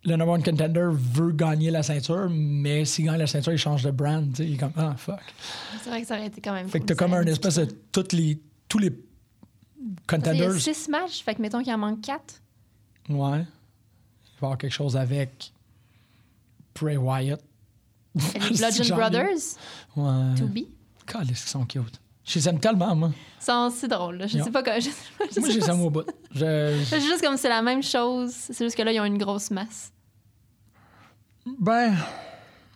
le number one contender veut gagner la ceinture, mais s'il gagne la ceinture, il change de brand, tu sais, il est comme, ah, fuck. C'est vrai que ça aurait été quand même. Fait que cool, t'as ça. comme un espèce de toutes les, tous les Parce qu'il y a contenders. six matchs, fait que mettons qu'il en manque quatre. Ouais. Il va y avoir quelque chose avec Bray Wyatt. Les Ah, C'est Bludgeon genre- Brothers, Ouais. To Be. God, ils sont cute. Je les aime tellement, moi. Sont- C'est drôle, là. Je Non. sais pas comment. Je, je Moi, sais je les pas aime au bout. Je- si- C'est juste comme c'est la même chose, c'est juste que là, ils ont une grosse masse. Ben,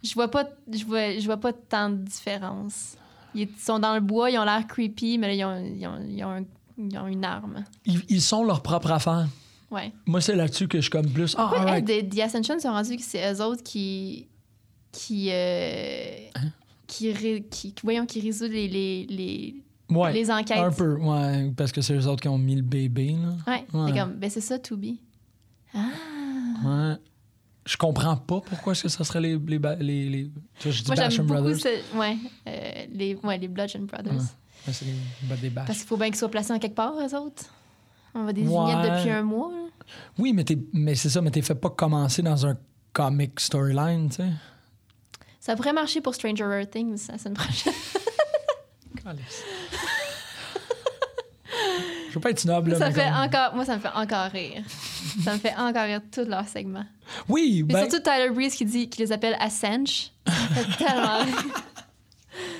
Je vois pas, je vois, je vois pas tant de différence. Ils sont dans le bois, ils ont l'air creepy, mais là, ils ont, ils ont, ils ont un- ils ont une arme. ils, ils sont leur propre affaire. Ouais. Moi, c'est là-dessus que je suis comme plus. Ah, Pourquoi alright. hey, The, The Ascension sont rendus que c'est eux autres qui. qui. euh, Hein? qui, ré- qui- qui- voyons, qui résoudent les, les, les, Ouais, les enquêtes. Un peu, ouais, parce que c'est eux autres qui ont mis le bébé, là. Ouais. Ouais. C'est comme, ben c'est ça, To Be. Uh-huh. Ouais. Je comprends pas pourquoi est-ce que ça serait les. les, ba- les, les... Tu vois, je dis Moi, Basham j'aime beaucoup Brothers. ce- ouais, euh, les, ouais, les Bludgeon Brothers. Ouais. mais C'est les- bah, des Bash. Parce qu'il faut bien qu'ils soient placés en quelque part, eux autres. On va des Ouais. vignettes depuis un mois. là. Oui, mais, t'es- mais c'est ça, mais t'es fait pas commencer dans un comic storyline, tu sais. Ça pourrait marcher pour Stranger Things la semaine prochaine. Calisse. je veux pas être snob, là. ça mais fait comme- encore, moi, ça me fait encore rire. ça me fait encore rire tous leurs segments. Oui, Mais ben. surtout Tyler Breeze qui dit qu'il les appelle Ascench. Ça me fait tellement rire.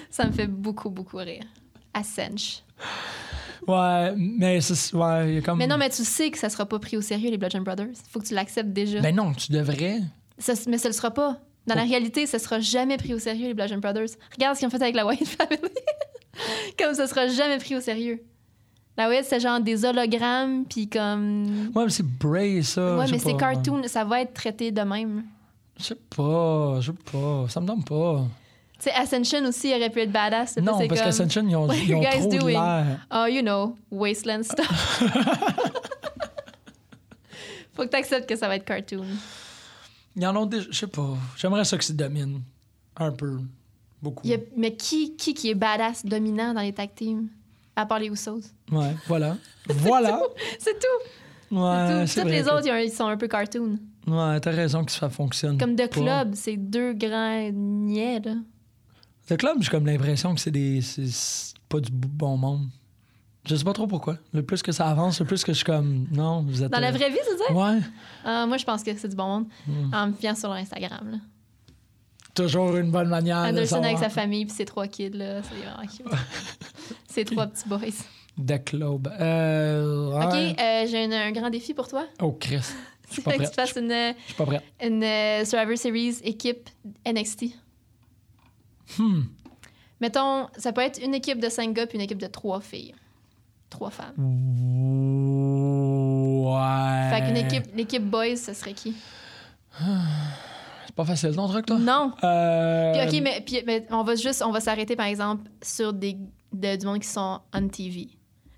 Ça me fait beaucoup, beaucoup rire. Ascench. Ouais, mais c'est. Ouais, il y a comme. Mais non, mais tu sais que ça sera pas pris au sérieux, les Bludgeon Brothers. Faut que tu l'acceptes déjà. Ben non, tu devrais. Ça- mais ça le sera pas. Dans la réalité, ça sera jamais pris au sérieux, les Bludgeon Brothers. Regarde ce qu'ils ont fait avec la Wyatt Family. comme ça sera jamais pris au sérieux. La Wyatt, c'est genre des hologrammes, puis comme... Ouais, mais c'est Bray, ça. ouais, je mais sais c'est pas. cartoon, ça va être traité de même. Je sais pas, je sais pas. Ça me donne pas. Tu sais, Ascension aussi il aurait pu être badass. là, Non, c'est parce comme- qu'Ascension, ils ont, What are ils ont you guys trop de doing? l'air. Oh, you know, wasteland stuff. Faut que t'acceptes que ça va être cartoon. Ils en ont déjà. Je sais pas. J'aimerais ça que ça domine. Un peu. Beaucoup. Il y a- mais qui, qui qui est badass, dominant dans les tag teams? À part les Usos. Ouais, voilà. voilà. C'est tout. Ouais, C'est tout. c'est Toutes vrai les que- autres, ils ont- ils sont un peu cartoon. Ouais, t'as raison que ça fonctionne. Comme pas. The Club, c'est deux grands niais, là. The Club, j'ai comme l'impression que c'est des. C'est c'est pas du bon monde. Je sais pas trop pourquoi. Le plus que ça avance, le plus que je suis comme non, vous êtes Dans la euh, vraie vie, c'est ça? Ouais, Hmm. Euh, moi, je pense que c'est du bon monde. En me fiant sur leur Instagram. Là. toujours une bonne manière Ah, de Anderson savoir- avec sa famille puis ses trois kids. Là. C'est vraiment cute. Ses trois petits boys. de club. Euh, OK, ouais. euh, j'ai un, un grand défi pour toi. Oh Chris, je suis C'est pas que prêt. tu fasses une, Je suis pas prêt. une euh, Survivor Series équipe NXT. Hmm. Mettons, ça peut être une équipe de cinq gars puis une équipe de trois filles. Trois femmes. Ouais. Fait qu'une équipe, l'équipe boys, ce serait qui? C'est pas facile ton truc toi. Non! Euh, Puis, OK, mais, puis- mais on va juste, on va s'arrêter, par exemple, sur des, de- du monde qui sont on TV.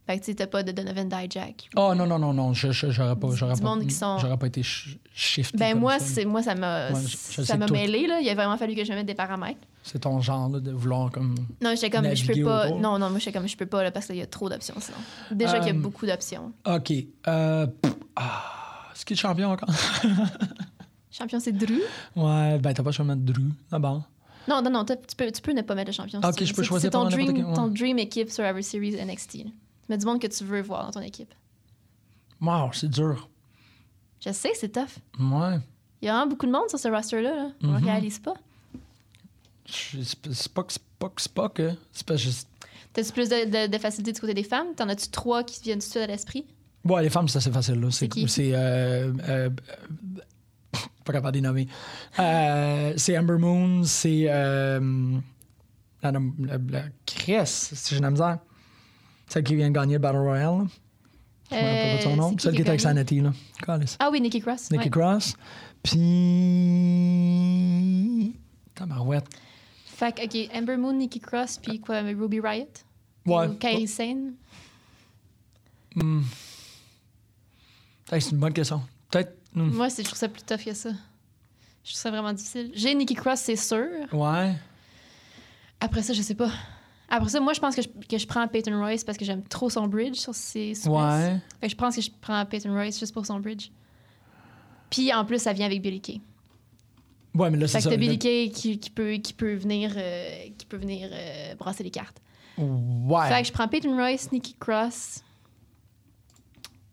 Fait que, tu sais, t'as pas de Donovan Dijak. Oh non non non non, je- je- j'aurais pas, Du- j'aurais du pas, monde qui sont- j'aurais pas été sh- shifté. Ben comme moi, ça. c'est, moi, ça m'a, Ouais, je- je ça sais m'a tout. mêlé, là. Il a vraiment fallu que je mette des paramètres. C'est ton genre là, de vouloir comme. Non, j'étais comme, je Naviguer peux pas. autour. Non, non, moi, j'étais comme, je peux pas, là, parce qu'il y a trop d'options, sinon. Déjà qu'il y a Euh, beaucoup d'options. Ok. Euh... pff, Ah, ski de champion encore. Champion, c'est Drew? ouais, ben t'as pas choisi de mettre Drew d'abord. Non, non, non, t'as- tu peux, tu peux ne pas mettre le champion. Ah, Ok, tu veux. je peux C'est- choisir C'est ton pendant n'importe dream, quel- ouais. ton dream équipe Survivor Series NXT. là. Mais du monde que tu veux voir dans ton équipe. Wow, c'est dur. Je sais que c'est tough. Ouais. Il y a vraiment beaucoup de monde sur ce roster-là. là. On Mhm. le réalise pas. Je- C'est c'est pas que c'est pas que c'est pas que. C'est pas juste. T'as-tu plus de, de, de facilité du côté des femmes? T'en as-tu trois qui te viennent tout de suite à l'esprit? Ouais, les femmes, ça c'est facile là. C'est C'est qui? c'est, euh, euh, euh, pas capable de les nommer. Euh, c'est Amber Moon, c'est euh, la, la, la Cress, si j'ai la misère. Celle qui vient de gagner le Battle Royale. là. Je me rappelle pas de Euh, son nom. c'est Celle qui est avec connu? Sanity là. Calisse. Ah oui, Nikki Cross. Nikki ouais. Cross. Puis. Tamarouette. Fait que, OK, Amber Moon, Nikki Cross, puis quoi, Ruby Riot? Ouais. Oh, hmm. Ou Kairi Sane? Hey, c'est une bonne question. Peut-être. hmm, Moi, c'est- je trouve ça plus tough que ça. Je trouve ça vraiment difficile. J'ai Nikki Cross, c'est sûr. Ouais. Après ça, je sais pas. Après ça, moi, je pense que je, que je prends Peyton Royce parce que j'aime trop son bridge sur ses souplesses. Ouais. Fait que je pense que je prends Peyton Royce juste pour son bridge. Puis en plus, ça vient avec Billy Kay. Ouais, mais là, Fait c'est que ça. t'as Billy Kay qui, qui peut, qui peut venir, euh, qui peut venir euh, brasser les cartes. Ouais. Fait que je prends Peyton Royce, Nikki Cross.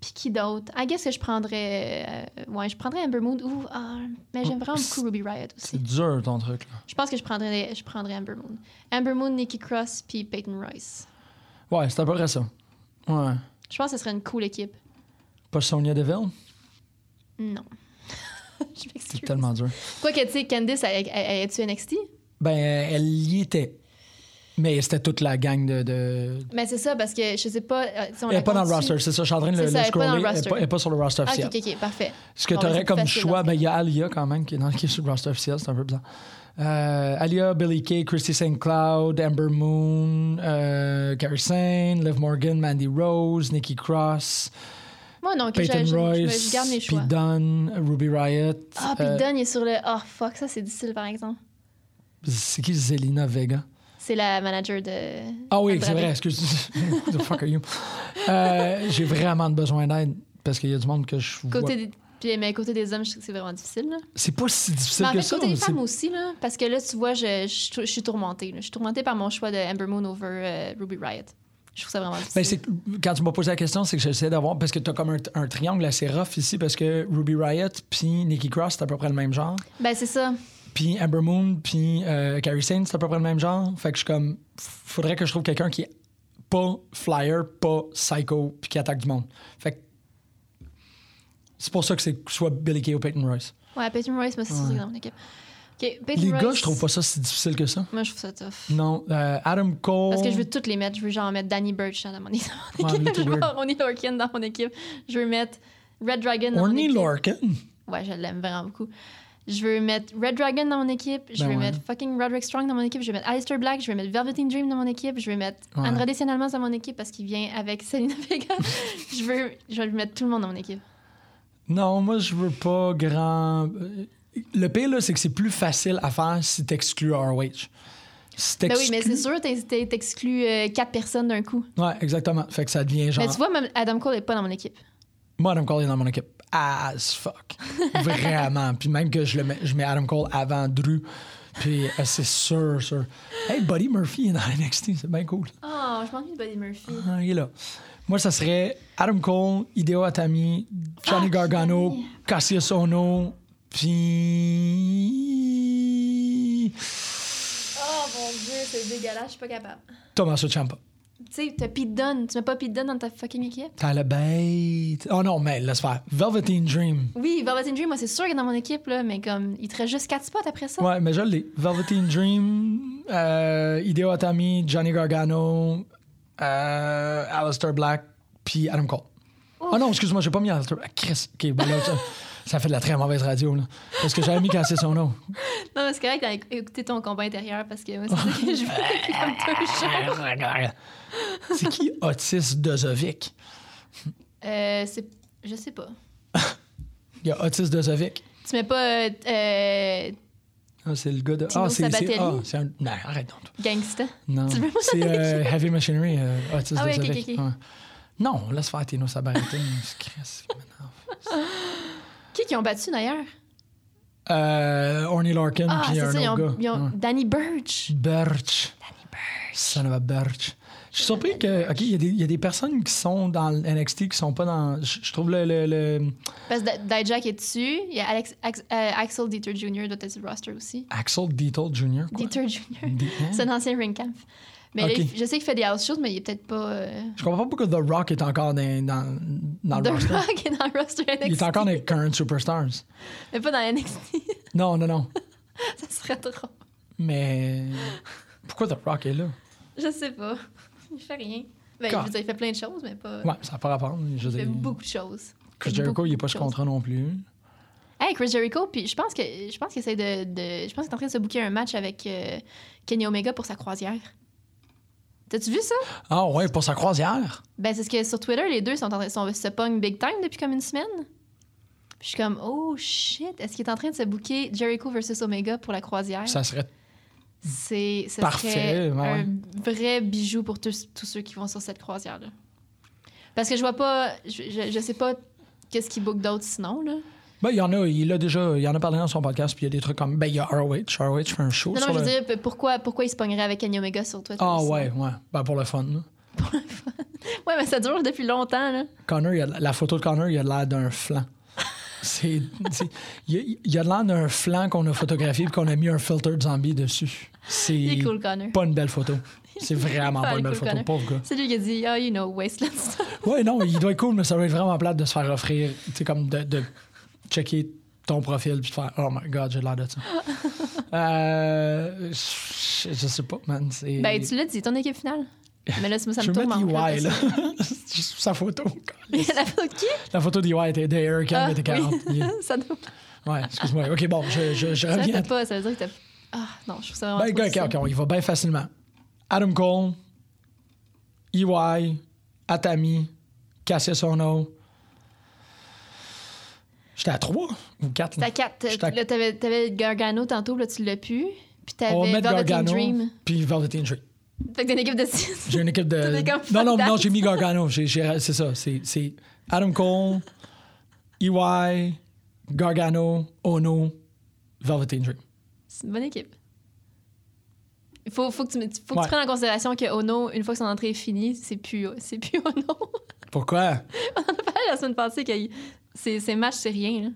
Puis qui d'autre? I guess que je prendrais. euh, ouais, je prendrais Amber Moon ou. ah, mais j'aime vraiment beaucoup Ruby Riot C'est aussi. dur ton truc là. Je pense que je prendrais, je prendrais Amber Moon. Amber Moon, Nikki Cross, puis Peyton Royce. Ouais, c'est à peu près ça. Ouais. Je pense que ce serait une cool équipe. Pas Sonia Deville? Non. je C'est m'excuse. tellement dur. Quoi que, tu sais, Candice, elle, elle- elle- est-tu NXT? Ben, elle y était. Mais c'était toute la gang de. de... Mais c'est ça, parce que je sais pas. euh, si on Elle la n'est pas dans le compte-tu? roster, c'est ça. Je suis en train de le, C'est ça, le elle est pas dans scroller. le Elle n'est roster. pas, elle est pas sur le roster Ah, officiel. ok, ok, ok, parfait. Ce que Bon, tu ben, aurais c'est comme facile choix, dans ce ben, il y a Alia quand même qui est, dans, qui est sur le roster officiel, c'est un peu bizarre. Euh, Alia, Billy Kay, Christy St. Cloud, Amber Moon, euh, Gary Sane, Liv Morgan, Mandy Rose, Nikki Cross, Moi, non, que je, Peyton je- je- Royce, je garde mes choix. Pete Dunne, Ruby Riot. Ah, puis euh, Dunn, il est sur le. Oh, fuck, ça, c'est difficile, par exemple. c'est qui Zelina Vega? C'est la manager de. Ah oui, Andrade. c'est vrai, excuse. Who the fuck are you? Euh, J'ai vraiment besoin d'aide parce qu'il y a du monde que je vois. Côté des- puis, mais côté des hommes, je trouve que c'est vraiment difficile. Là. C'est pas si difficile Mais en que fait, ça. côté des c'est- femmes aussi, là, parce que là, tu vois, je, je, je suis tourmentée. là. Je suis tourmentée par mon choix de Amber Moon over euh, Ruby Riot. Je trouve ça vraiment difficile. Ben, c'est que- quand tu m'as posé la question, c'est que j'essaie d'avoir. Parce que t'as comme un, un triangle assez rough ici, parce que Ruby Riot puis Nikki Cross, c'est à peu près le même genre. Ben, c'est ça. Puis Amber Moon puis euh, Carrie Sane, c'est à peu près le même genre. Fait que je suis comme. Faudrait que je trouve quelqu'un qui est pas flyer, pas psycho, puis qui attaque du monde. Fait que. C'est pour ça que c'est soit Billy Kay ou Peyton Royce. Ouais, Peyton Royce, moi, c'est ça, c'est dans mon équipe. Ok, Peyton Les Royce, gars, je trouve pas ça si difficile que ça. Moi, je trouve ça tough. Non, euh, Adam Cole. Parce que je veux toutes les mettre. Je veux genre mettre Danny Birch dans mon équipe. Ouais, lui, t'es je veux weird. Ronnie Lorcan dans mon équipe. Je veux mettre Red Dragon dans mon Orny équipe. Lorcan. Ouais, je l'aime vraiment beaucoup. Je veux mettre Red Dragon dans mon équipe. Je Ben veux ouais. mettre fucking Roderick Strong dans mon équipe. Je veux mettre Alistair Black. Je veux mettre Velveteen Dream dans mon équipe. Je veux mettre Ouais. Andrade Cien Almas dans mon équipe parce qu'il vient avec Selena Vega. je veux, je veux mettre tout le monde dans mon équipe. Non, moi, je veux pas grand. Euh, Le pire, là, c'est que c'est plus facile à faire si t'exclus ROH. Si Ben oui, t'exclus. mais c'est sûr, t'es- t'es- t'exclus euh, quatre personnes d'un coup. Ouais, exactement. Fait que ça devient genre. Mais tu vois, même Adam Cole est pas dans mon équipe. Moi, Adam Cole est dans mon équipe. As fuck. Vraiment. Puis même que je, le mets, je mets Adam Cole avant Drew. Puis euh, c'est sûr, sûr. Hey, Buddy Murphy est dans NXT. C'est bien cool. Oh, Non, je m'ennuie de Buddy Murphy. Ah, il est là. Moi, ça serait Adam Cole, Hideo Atami, Johnny Gargano, Cassius Ono, puis Oh mon dieu, c'est dégueulasse, je suis pas capable. Tommaso Ciampa. Tu sais, t'as Pete Dunne, tu mets pas Pete Dunne dans ta fucking équipe? Tyler Bate. Oh non, mais laisse faire. Velveteen Dream. Oui, Velvet Dream, moi c'est sûr qu'il est dans mon équipe, là, mais comme, il te reste juste 4 spots après ça. Ouais, mais je l'ai. Velveteen Dream, euh, Hideo Atami, Johnny Gargano, euh, Alistair Black, puis Adam Cole. Ah non, excuse-moi, j'ai pas mis Alistair Black. Chris, ok, ben là, ça, ça fait de la très mauvaise radio, là. Parce que j'avais mis Cassius Ono. Non, mais c'est correct d'aller écouter ton combat intérieur parce que moi, c'est ça que je fais depuis comme deux jours. C'est qui Otis Dozovic? Euh, c'est. Je sais pas. Il y a Otis Dozovic. Tu mets pas euh, euh, Ah, c'est le gars de. Tino c'est. c'est- Sabatelli. Ah, c'est un. Non, arrête donc. Gangsta. Non. Tu veux pas C'est euh, Heavy Machinery, euh, Otis Ah oui, ok, Dozovic. ok, ok. Ouais. Non, laisse faire Tino Sabatelli. C'est Chris, il m'énerve. Qui qui ont battu d'ailleurs? Euh, Orny Larkin Ah, puis c'est un ça, ils autre ont, gars. ils ont Ouais. Danny Birch. Birch. Son of a Birch. Je suis surpris que. OK, il y, a des- il y a des personnes qui sont dans le NXT qui sont pas dans. Je je trouve le. le, le- Parce que Da- Dijak est dessus. Il y a Alex, Ax- euh, Axel Dieter Jr. doit être sur le roster aussi. Axel Dietel Jr. quoi. Dieter Jr. Di- hein? C'est un ancien ring camp. Mais là, Ok. il- je sais qu'il fait des house shows, mais il est peut-être pas. euh, Je comprends pas pourquoi The Rock est encore dans, dans, dans The le roster. Rock est dans le roster NXT. Il est encore dans les Current Superstars. Mais pas dans NXT. Non, non, non. ça serait drôle. Mais. Pourquoi The Rock est là? Je sais pas. Il fait rien. Ben, je God. veux dire, il fait plein de choses, mais pas. Ouais, ça n'a pas rapport. Je Il veux fait dire, beaucoup de choses. Chris Fait Jericho, beaucoup, il est beaucoup pas de ce choses. contrat non plus. Hey, Chris Jericho, puis je pense que je pense qu'il essaie de, de- je pense qu'il est en train de se booker un match avec euh, Kenny Omega pour sa croisière. T'as-tu vu ça? Ah ouais, pour sa croisière. Ben c'est ce que sur Twitter les deux sont en train sont, se pognent big time depuis comme une semaine. Puis Je suis comme oh shit, est-ce qu'il est en train de se booker Jericho versus Omega pour la croisière? Ça serait C'est ce Parfait, serait ouais. un vrai bijou pour tous, tous ceux qui vont sur cette croisière là. Parce que je vois pas, je, je, je sais pas qu'est-ce qu'il book d'autre sinon là. Ben, il y en a, il a déjà, il en a parlé dans son podcast, puis il y a des trucs comme. Ben, il y a ROH. ROH fait un show sur Non, non, mais je le. veux dire, pourquoi, pourquoi il se pognerait avec Kenny Omega sur Twitter? ah, aussi? ouais, ouais. Ben, pour le fun. là. Ouais, mais ça dure depuis longtemps, là. Connor, il a- la photo de Connor, il a l'air d'un flanc. C'est. c'est- il, a- il a l'air d'un flanc qu'on a photographié, puis qu'on a mis un filter de zombie dessus. C'est. Il est cool, Connor. Pas une belle photo. C'est vraiment Ah, pas il est une belle cool, photo. Connor. Pauvre gars. C'est lui qui a dit, oh, you know, Wasteland. Ouais, non, il doit être cool, mais ça doit être vraiment plate de se faire offrir, tu sais, comme de, de checker ton profil puis de faire Oh my god, j'ai l'air de ça. euh, je, je sais pas, man. c'est- ben, tu l'as dit, ton équipe finale. Mais là, ça me je vais tourmente. mettre là, EY, là. parce C'est juste sa photo. que- Il y en a pas de qui? La photo d'EY était de Eric Ah, Young était 40. oui. Yeah. ça doit Ouais, excuse-moi. OK, bon, je, je, je ça, reviens. t'as à- pas, ça veut dire que t'as... Ah, non, je trouve ça Ben, vraiment gars, trop OK, OK, il va bien facilement. Adam Cole, EY, Atami, Cassius Ono. J'étais à 3 ou 4. T'as quatre. Je t'ac- Là, t'avais, t'avais Gargano tantôt, là, tu l'as pu. Puis On va t'avais mettre Velvet Gargano, Dream. puis Velveteen Dream. Fait que t'as une équipe de six. J'ai une équipe de. T'es comme Non, non, fuck non, that. j'ai mis Gargano. J'ai- j'ai- C'est ça. C'est c'est Adam Cole, EY, Gargano, Ono, Velveteen Dream. C'est une bonne équipe. Il faut, faut que, tu, me- faut que Ouais. tu prennes en considération que Ono, une fois que son entrée est finie, c'est plus, c'est plus Ono. Pourquoi? parlait la semaine passée que ces, ces matchs, c'est rien. là.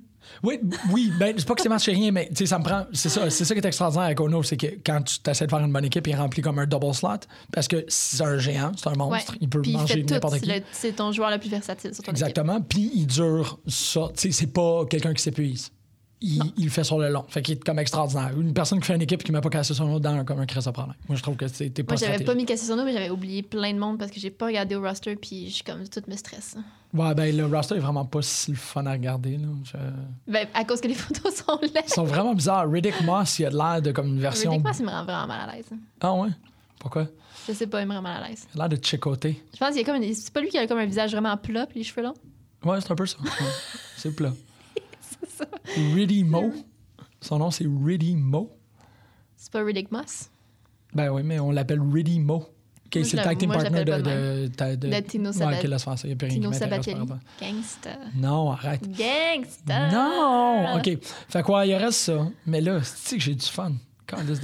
Oui, oui, ben, c'est pas que c'est match rien, mais tu sais, ça me prend. C'est ça, c'est ça qui est extraordinaire avec Ono, c'est que quand tu essaies de faire une bonne équipe, il remplit comme un double slot parce que c'est un géant, c'est un monstre, Ouais. il peut Puis il fait manger tout. n'importe qui. Le- C'est ton joueur le plus versatile sur ton équipe. Exactement. Puis il dure ça. Tu sais, c'est pas quelqu'un qui s'épuise. Il, il le fait sur le long. Fait qu'il est comme extraordinaire. Une personne qui fait une équipe qui met pas cassé son autre dans comme un crise de problème. Moi, je trouve que c'est- t'es pas Moi, j'avais stratégique. pas mis Cassius Ono, mais j'avais oublié plein de monde parce que j'ai pas regardé au roster, puis je suis comme toute me stresse. Ouais, ben le roster est vraiment pas si le fun à regarder. là. Je- Ben, à cause que les photos sont Ils laides. sont vraiment bizarres. Riddick Moss, il a de l'air de comme une version. Ridiculous, il me rend vraiment mal à l'aise. Ah ouais? Pourquoi? Je sais pas, il me rend mal à l'aise. Il a l'air de chicoter. Je pense qu'il y a comme une- C'est pas lui qui a comme un visage vraiment plat, puis les cheveux longs. Ouais, c'est un peu ça. Ouais. c'est plat. ça. Riddy Mo. Son nom, c'est Riddy Mo. C'est pas Riddick Moss. Ben oui, mais on l'appelle Riddy Mo. Ok, Moi, je c'est le la- tag team moi, je partner de, l'appelle pas de, ta- De Tino Ouais, Sabat- ok, laisse faire ça. Il n'y a plus rien Tino qui m'intéresse par Sabatelli. rapport. Gangsta. Non, arrête. Gangsta. Non! OK. Fait quoi, il reste ça. Mais là, c'est que j'ai du fun. Quand de...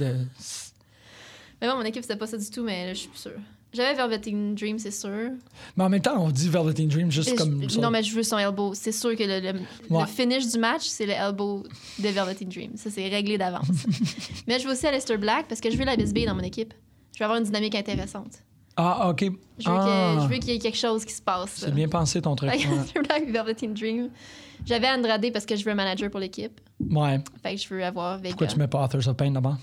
Mais bon, mon équipe, c'était pas ça du tout, mais là, je suis plus sûre. J'avais Velveteen Dream, c'est sûr. Mais en même temps, on dit Velveteen Dream juste Et comme je- ça. non, mais je veux son elbow. C'est sûr que le, le- le Ouais. finish du match, c'est le elbow de Velveteen Dream. Ça, c'est réglé d'avance. mais je veux aussi Aleister Black parce que je veux la bisbille dans mon équipe. Je veux avoir une dynamique intéressante. Ah, OK. Je veux Ah, que- je veux qu'il y ait quelque chose qui se passe. c'est bien pensé ton truc. Fait que Ouais. Aleister Black et Velveteen Dream. J'avais Andrade parce que je veux un manager pour l'équipe. Ouais. Fait que je veux avoir Vega. Pourquoi tu mets pas Authors of Pain d'abord?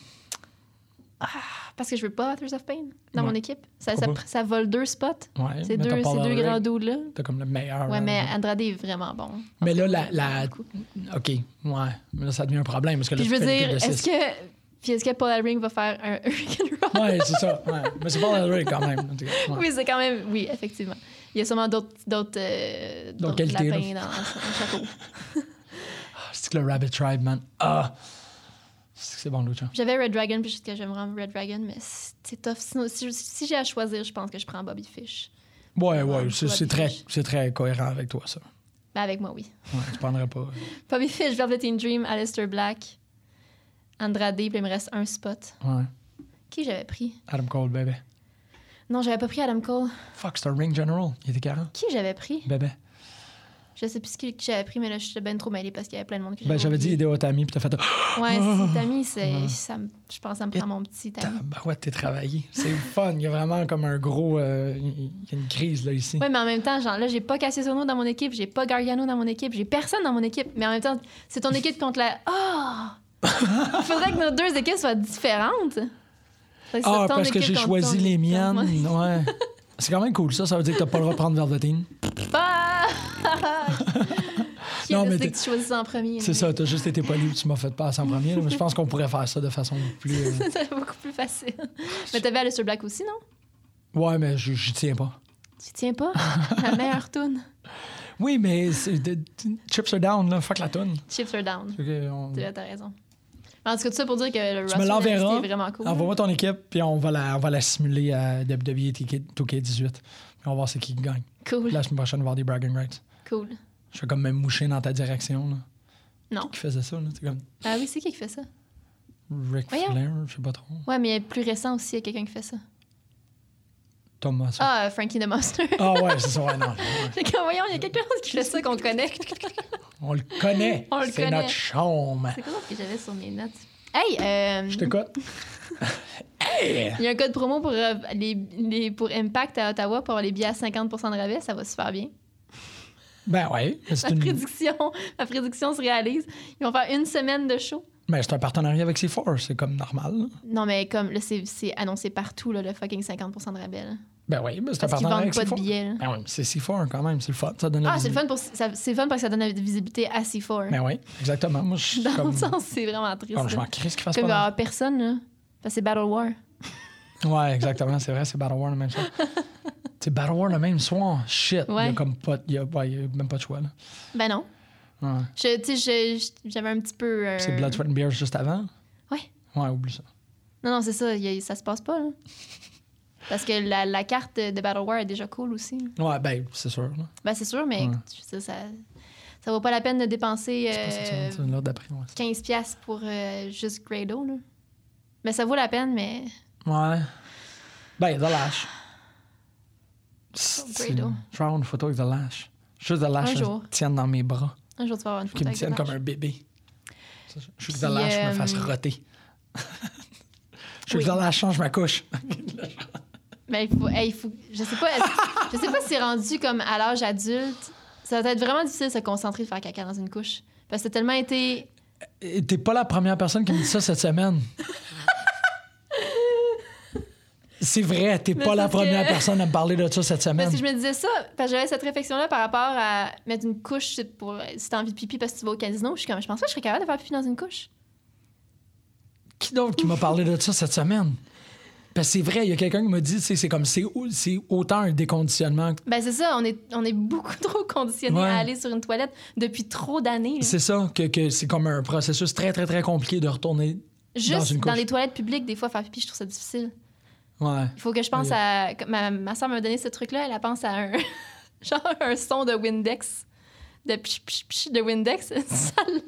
Parce que je veux pas Authors of Pain dans Ouais. mon équipe. Ça, ça, Pourquoi? ça vole deux spots. Ouais. Ces mais t'as deux, Paul ces deux Elric, grands doubles-là. T'as comme le meilleur. Ouais, euh, mais Andrade est vraiment bon. En Mais tout là, cas, la- la- beaucoup. OK. Ouais. Mais là, ça devient un problème. Parce que là, Puis je veux tu fais l'équipe dire, de est-ce six. que. Puis est-ce que Paul Elring va faire un Hurricane Run? Ouais, c'est ça. Ouais. Mais c'est Paul Elric quand même. Ouais. Oui, c'est quand même. Oui, effectivement. Il y a sûrement d'autres. d'autres, euh, d'autres qualités, lapins dans son château. Ah, c'est que le Rabbit Tribe, man. Ah! C'est que c'est bon, Lucha. J'avais Red Dragon, puis juste que j'aime vraiment Red Dragon, mais c'est tough. Sinon, si, si j'ai à choisir, je pense que je prends Bobby Fish. Ouais, Ouais, ouais. C'est Bobby c'est très, Fish. c'est très cohérent avec toi, ça. Ben, avec moi, oui. Ouais, tu prendrais pas. euh, Bobby Fish, Velveteen Dream, Aleister Black, Andrade, puis il me reste un spot. Ouais. Qui j'avais pris? Adam Cole, bébé. Non, j'avais pas pris Adam Cole. Fuck, c'est un ring general. Il était 40. Qui j'avais pris? Bébé. Je sais plus qui qui j'avais pris, mais là, je suis ben trop mêlée parce qu'il y avait plein de monde que Ben, j'avais dit oublié. Hideo Itami, puis t'as fait. Ah, Ouais, si Tammy, c'est, ça me- je pense que ça me prend mon petit Tammy. Bah ouais, t'es travaillé. C'est fun. Il y a vraiment comme un gros. euh, Il y a une crise, là, ici. Ouais, mais en même temps, genre là, j'ai pas Cassiano dans mon équipe, j'ai pas Gargano dans mon équipe, j'ai personne dans mon équipe. Mais en même temps, c'est ton équipe contre la. Oh! Il faudrait que nos deux équipes soient différentes. Fait que Ah, c'est ton parce que équipe j'ai contre choisi ton- les contre moi. miennes. Ouais. C'est quand même cool, ça. Ça veut dire que t'as pas le droit de prendre Velveteen. Ah! Qui a Non, mais décidé t'es- que tu choisis en premier? C'est ça, t'as juste été poli, tu m'as fait passer en premier. là, Mais je pense qu'on pourrait faire ça de façon plus. euh, c'est beaucoup plus facile. Mais t'avais Aleister Black aussi, non? Ouais, mais je- j'y tiens pas. Tu tiens pas? La meilleure tune. Oui, mais c'est- de- chips are down, là. Fuck la toune. Chips are down. Ok, on- Tu as t'as raison. En tout cas, tout ça pour dire que le Tu me roster l'enverras. d'NXT est vraiment cool. Envoie-moi ton équipe, puis on va la, on va la simuler à E WWE 2K18. Puis on va voir c'est qui qui gagne. Cool, La semaine prochaine, on va avoir des bragging rights. cool. Je fais comme même moucher dans ta direction. Là. Non. Qui faisait ça? Là? C'est comme Ah oui, c'est qui qui fait ça? Rick Voyons. Flair, je sais pas trop. Ouais, mais plus récent aussi, il y a quelqu'un qui fait ça. Thomas. Ah, Ah, euh, Frankie the Monster. ouais, c'est ça. ouais, non, ouais. Fait que, voyons, il y a quelqu'un qui fait ça qu'on connaît. On le connaît. On le C'est connaît. notre chaume. c'est quoi l'autre que j'avais sur mes notes? Hey, euh, Je t'écoute. il y a un code promo pour, euh, les, les- pour Impact à Ottawa pour avoir les billets à 50 de rabais. Ça va super bien. Ben ouais, mais c'est Ma une... prédiction, ma prédiction se réalise. Ils vont faire une semaine de show. mais c'est un partenariat avec C4, c'est comme normal. là. Non, mais comme là, c'est c'est annoncé partout, là, le fucking 50 de rabais. là. Ben oui, mais c'est un Parce qu'ils partenariat vendent avec pas de C4. billets. là. Ben oui, mais c'est C4 quand même, c'est le fun. Ça donne la Ah, c'est le visibilité. fun, pour, ça- c'est le fun parce que ça donne la visibilité à C4. Ben oui, exactement. Moi, je suis dans comme... le sens, c'est vraiment triste. comme je m'en là. crisse qu'il fasse Comme il va y pas. avoir personne, là. Parce que c'est Battle War. dans- Ouais, exactement, c'est vrai, c'est Battle War le même soir. c'est Battle War le même soir. Shit. Il y a Ouais. comme pas... Il y a... ouais, il y a même pas de choix, là. Ben non. Ouais. Je- Tu sais, je- je- j'avais un petit peu. euh, Puis C'est Blood, Sweat and Beers juste avant? Ouais. Ouais, oublie ça. Non, non, c'est ça. il y a- ça se passe pas, là. Parce que la, la carte de, de Battle War est déjà cool aussi. là. Ouais, ben, c'est sûr. Là. Ben c'est sûr, mais Ouais. je veux dire, ça, ça vaut pas la peine de dépenser C'est pas cette euh, semaine, c'est l'autre d'après. Ouais. 15$ pour euh, juste Grado, là. Mais ça vaut la peine, mais. ouais. Ben, The Lash. C'est- Grado. Je vais avoir une photo avec The Lash. Juste The Lash jour. elle tienne dans mes bras. Un jour, tu vas avoir une Qui me photo tienne avec comme Battle un bébé. Ça, Je je veux que The Puis, Lash me euh, fasse roter. Je veux oui. que The Lash change ma couche. Mais Ben, il faut, hey, il faut- je sais pas, est-ce- je sais pas si c'est rendu comme à l'âge adulte, ça va être vraiment difficile de se concentrer de faire caca dans une couche parce que t'as tellement été Et T'es pas la première personne qui me dit ça cette semaine. C'est vrai, t'es Mais pas la parce que- première personne à me parler de ça cette semaine. parce que je me disais ça parce que j'avais cette réflexion là par rapport à mettre une couche c'est pour si t'as envie de pipi parce que tu vas au casino, je suis comme je pense pas que je serais capable de faire pipi dans une couche. Qui d'autre qui m'a parlé de ça cette semaine? Parce que c'est vrai, il y a quelqu'un qui m'a dit, tu sais, c'est comme, c'est au- c'est autant un déconditionnement. que- Ben c'est ça, on est on est beaucoup trop conditionné Ouais. à aller sur une toilette depuis trop d'années. là. C'est ça, que, que c'est comme un processus très, très, très compliqué de retourner. dans Juste une dans, couche. les toilettes publiques des fois faire pipi, je trouve ça difficile. Ouais. Il faut que je pense à comme ma ma soeur m'a donné ce truc là, elle elle pense à un genre un son de Windex de pch pch pch de Windex, ça l'aide.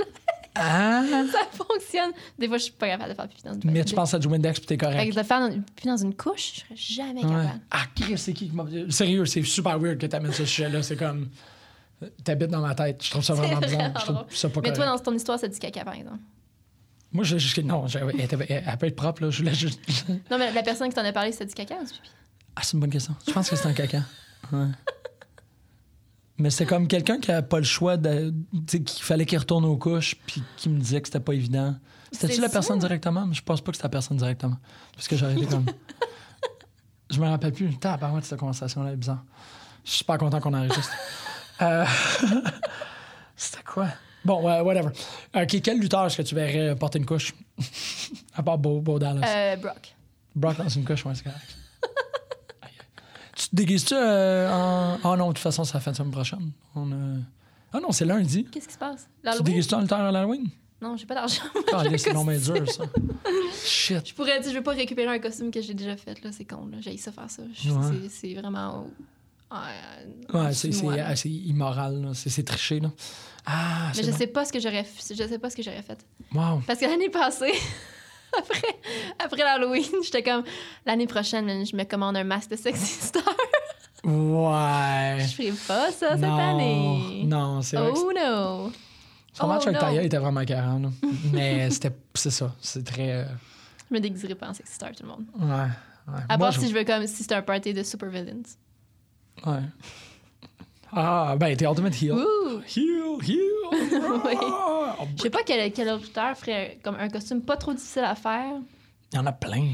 Ah! ça fonctionne. Des fois, je suis pas capable de faire pipi dans une Mais toilette. tu penses à du Windex puis t'es Fait correct. que de faire dans- pipi dans une couche, je serais jamais Ouais. capable. Ah, Chris, c'est qui qui m'a. Sérieux, c'est super weird que t'amènes ce sujet-là. C'est comme. T'habites dans ma tête. Je trouve ça vraiment C'est bizarre. vraiment Je trouve drôle. ça pas Mais correct. toi, dans ton histoire, c'est du caca, par exemple. Moi, je, je- non, je- elle, était- elle- elle peut être propre, là. Je voulais juste. Non, mais la personne qui t'en a parlé, c'est du caca ou du pipi? Ah, c'est une bonne question. Je pense que c'est un caca. Ouais. Mais c'est comme quelqu'un qui a pas le choix, de, tu sais, qu'il fallait qu'il retourne aux couches, puis qui me disait que c'était pas évident. C'était-tu C'est la ça? personne directement? Mais je pense pas que c'était la personne directement. Parce que j'ai arrêté comme. je me rappelle plus. T'as par cette conversation-là, est bizarre. Je suis super content qu'on enregistre. Euh, c'était quoi? Bon, ouais, whatever. Ok, quel lutteur est-ce que tu verrais porter une couche? à part Beau, Beau Dallas. Euh, Brock. Brock dans une coche, ouais, c'est correct. Aïe. tu te déguises-tu euh, en. Ah non, de toute façon, c'est la fin de semaine prochaine. On, euh, Ah non, c'est lundi. Qu'est-ce qui se passe? Tu te L'Halloween? déguises-tu en lutteur à l'Halloween? Non, j'ai pas d'argent. Ah, J'ai un c'est non, mais costume. dur, ça. Shit. Je pourrais dire, je veux pas récupérer un costume que j'ai déjà fait, là, c'est con, là. J'ai ça faire ça. Je- Ouais. c'est- C'est vraiment. euh, euh, Ouais, c'est c'est chinois, là. assez immoral, là. c'est c'est triché. Là. Ah, Mais c'est je bon. sais pas ce que j'aurais f- je sais pas ce que j'aurais fait. Wow. Parce que l'année passée, après, après l'Halloween, j'étais comme l'année prochaine, man, je me commande un masque de sexy star. Ouais. Je ferai pas ça cette non. année. Non, c'est vrai. que Oh no. Son match oh avec non. Taïa était vraiment carré. là. Mais c'était. C'est ça. C'est très. euh, Je me déguiserai pas en sexy star, tout le monde. Ouais. ouais. À Moi, part si je veux comme si c'était un party de super villains. Ouais. Ah, ben, t'es Ultimate Heal. Ouh! Heal, heal. Oui. Ah, oh, Je sais pas quel, quel auteur ferait comme un costume pas trop difficile à faire. Il y en a plein.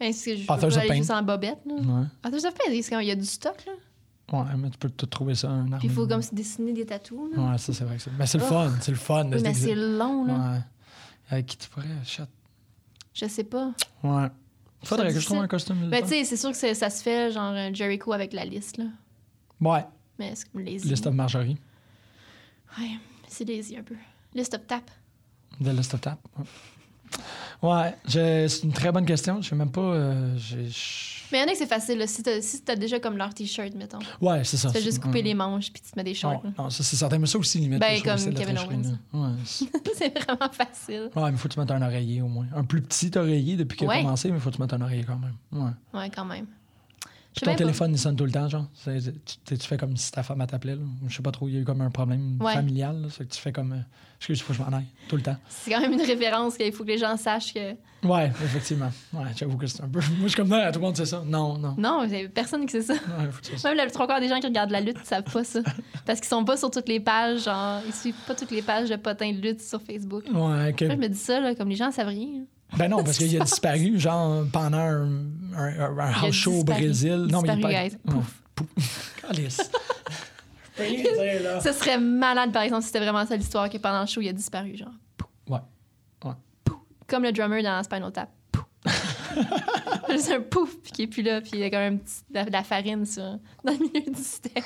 Ben, c'est que je Authors peux of aller juste Pain. en bobette, là. Ouais. Authors of Pain, c'est quand il y a du stock, là. Ouais, mais tu peux tout trouver ça. Un Puis il faut comme se dessiner des tatous, là. Ouais, ça, c'est vrai que c'est. Mais c'est le fun. C'est le fun de Oui, se mais déguiser. c'est long, là. Ouais. Avec qui tu pourrais, chat. Je sais pas. Ouais. Faudrait que je difficile. trouve un costume. Ben, là-dedans. tu sais, c'est sûr que c'est- ça se fait, genre, un Jericho avec la liste, là. Ouais. Mais c'est comme lazy. List of Marjorie. Ouais, c'est lazy un peu. List of tap. De List of Tap. Ouais. Ouais, je- c'est une très bonne question. Je sais même pas. euh, j'ai- je- Mais il y en a que c'est facile, là. Si t'as si t'as déjà comme leur t-shirt, mettons. Tu ouais, c'est ça. fais juste Ah, c'est- couper ouais. les manches puis tu te mets des shorts, Non, non, ça, c'est certain. Mais ça aussi, limite. Ben, je trouve que comme c'est de la Kevin tricherie, Owens. là. Ouais, c'est- là. c'est vraiment facile. Ouais, mais faut que tu mettes un oreiller au moins. Un plus petit oreiller depuis qu'il Ouais. a commencé, mais faut que tu mettes un oreiller quand même. Ouais. Ouais, quand même. Je sais Ton même pas- téléphone, il sonne tout le temps, genre. C'est- Tu, tu- tu fais comme si ta femme elle t'appelait. là. Je sais pas trop, il y a eu comme un problème Ouais. familial. Là, fait que tu fais comme. euh, Excuse, faut que je m'en aille. Tout le temps. C'est quand même une référence qu'il faut que les gens sachent que. Ouais, effectivement. Ouais, j'avoue que c'est un peu. Moi, je suis comme là, tout le monde sait ça. Non, non. Non, y a personne qui sait ça. Ouais, faut que tu fasses ça. Même le trois quarts des gens qui regardent la lutte ne savent pas ça. Parce qu'ils sont pas sur toutes les pages, genre, ils suivent pas toutes les pages de potins de lutte sur Facebook. Ouais, ok. Moi, je me dis ça, là, comme les gens savent rien. Ben non, parce qu'il a disparu, genre, pendant un, un- un- un Il a house show au disparu. Brésil. Non, mais il Disparu, est guys. pas- Ouais. Pouf. Calisse. Je peux rien dire, là. Ce serait malade, par exemple, si c'était vraiment ça l'histoire, que pendant le show, il a disparu, genre. Ouais. Comme le drummer dans Spinal Tap. Pouf. Juste un pouf, puis qui est plus là, puis il y a quand même un petit- de la, de la farine sur, dans le milieu du stage.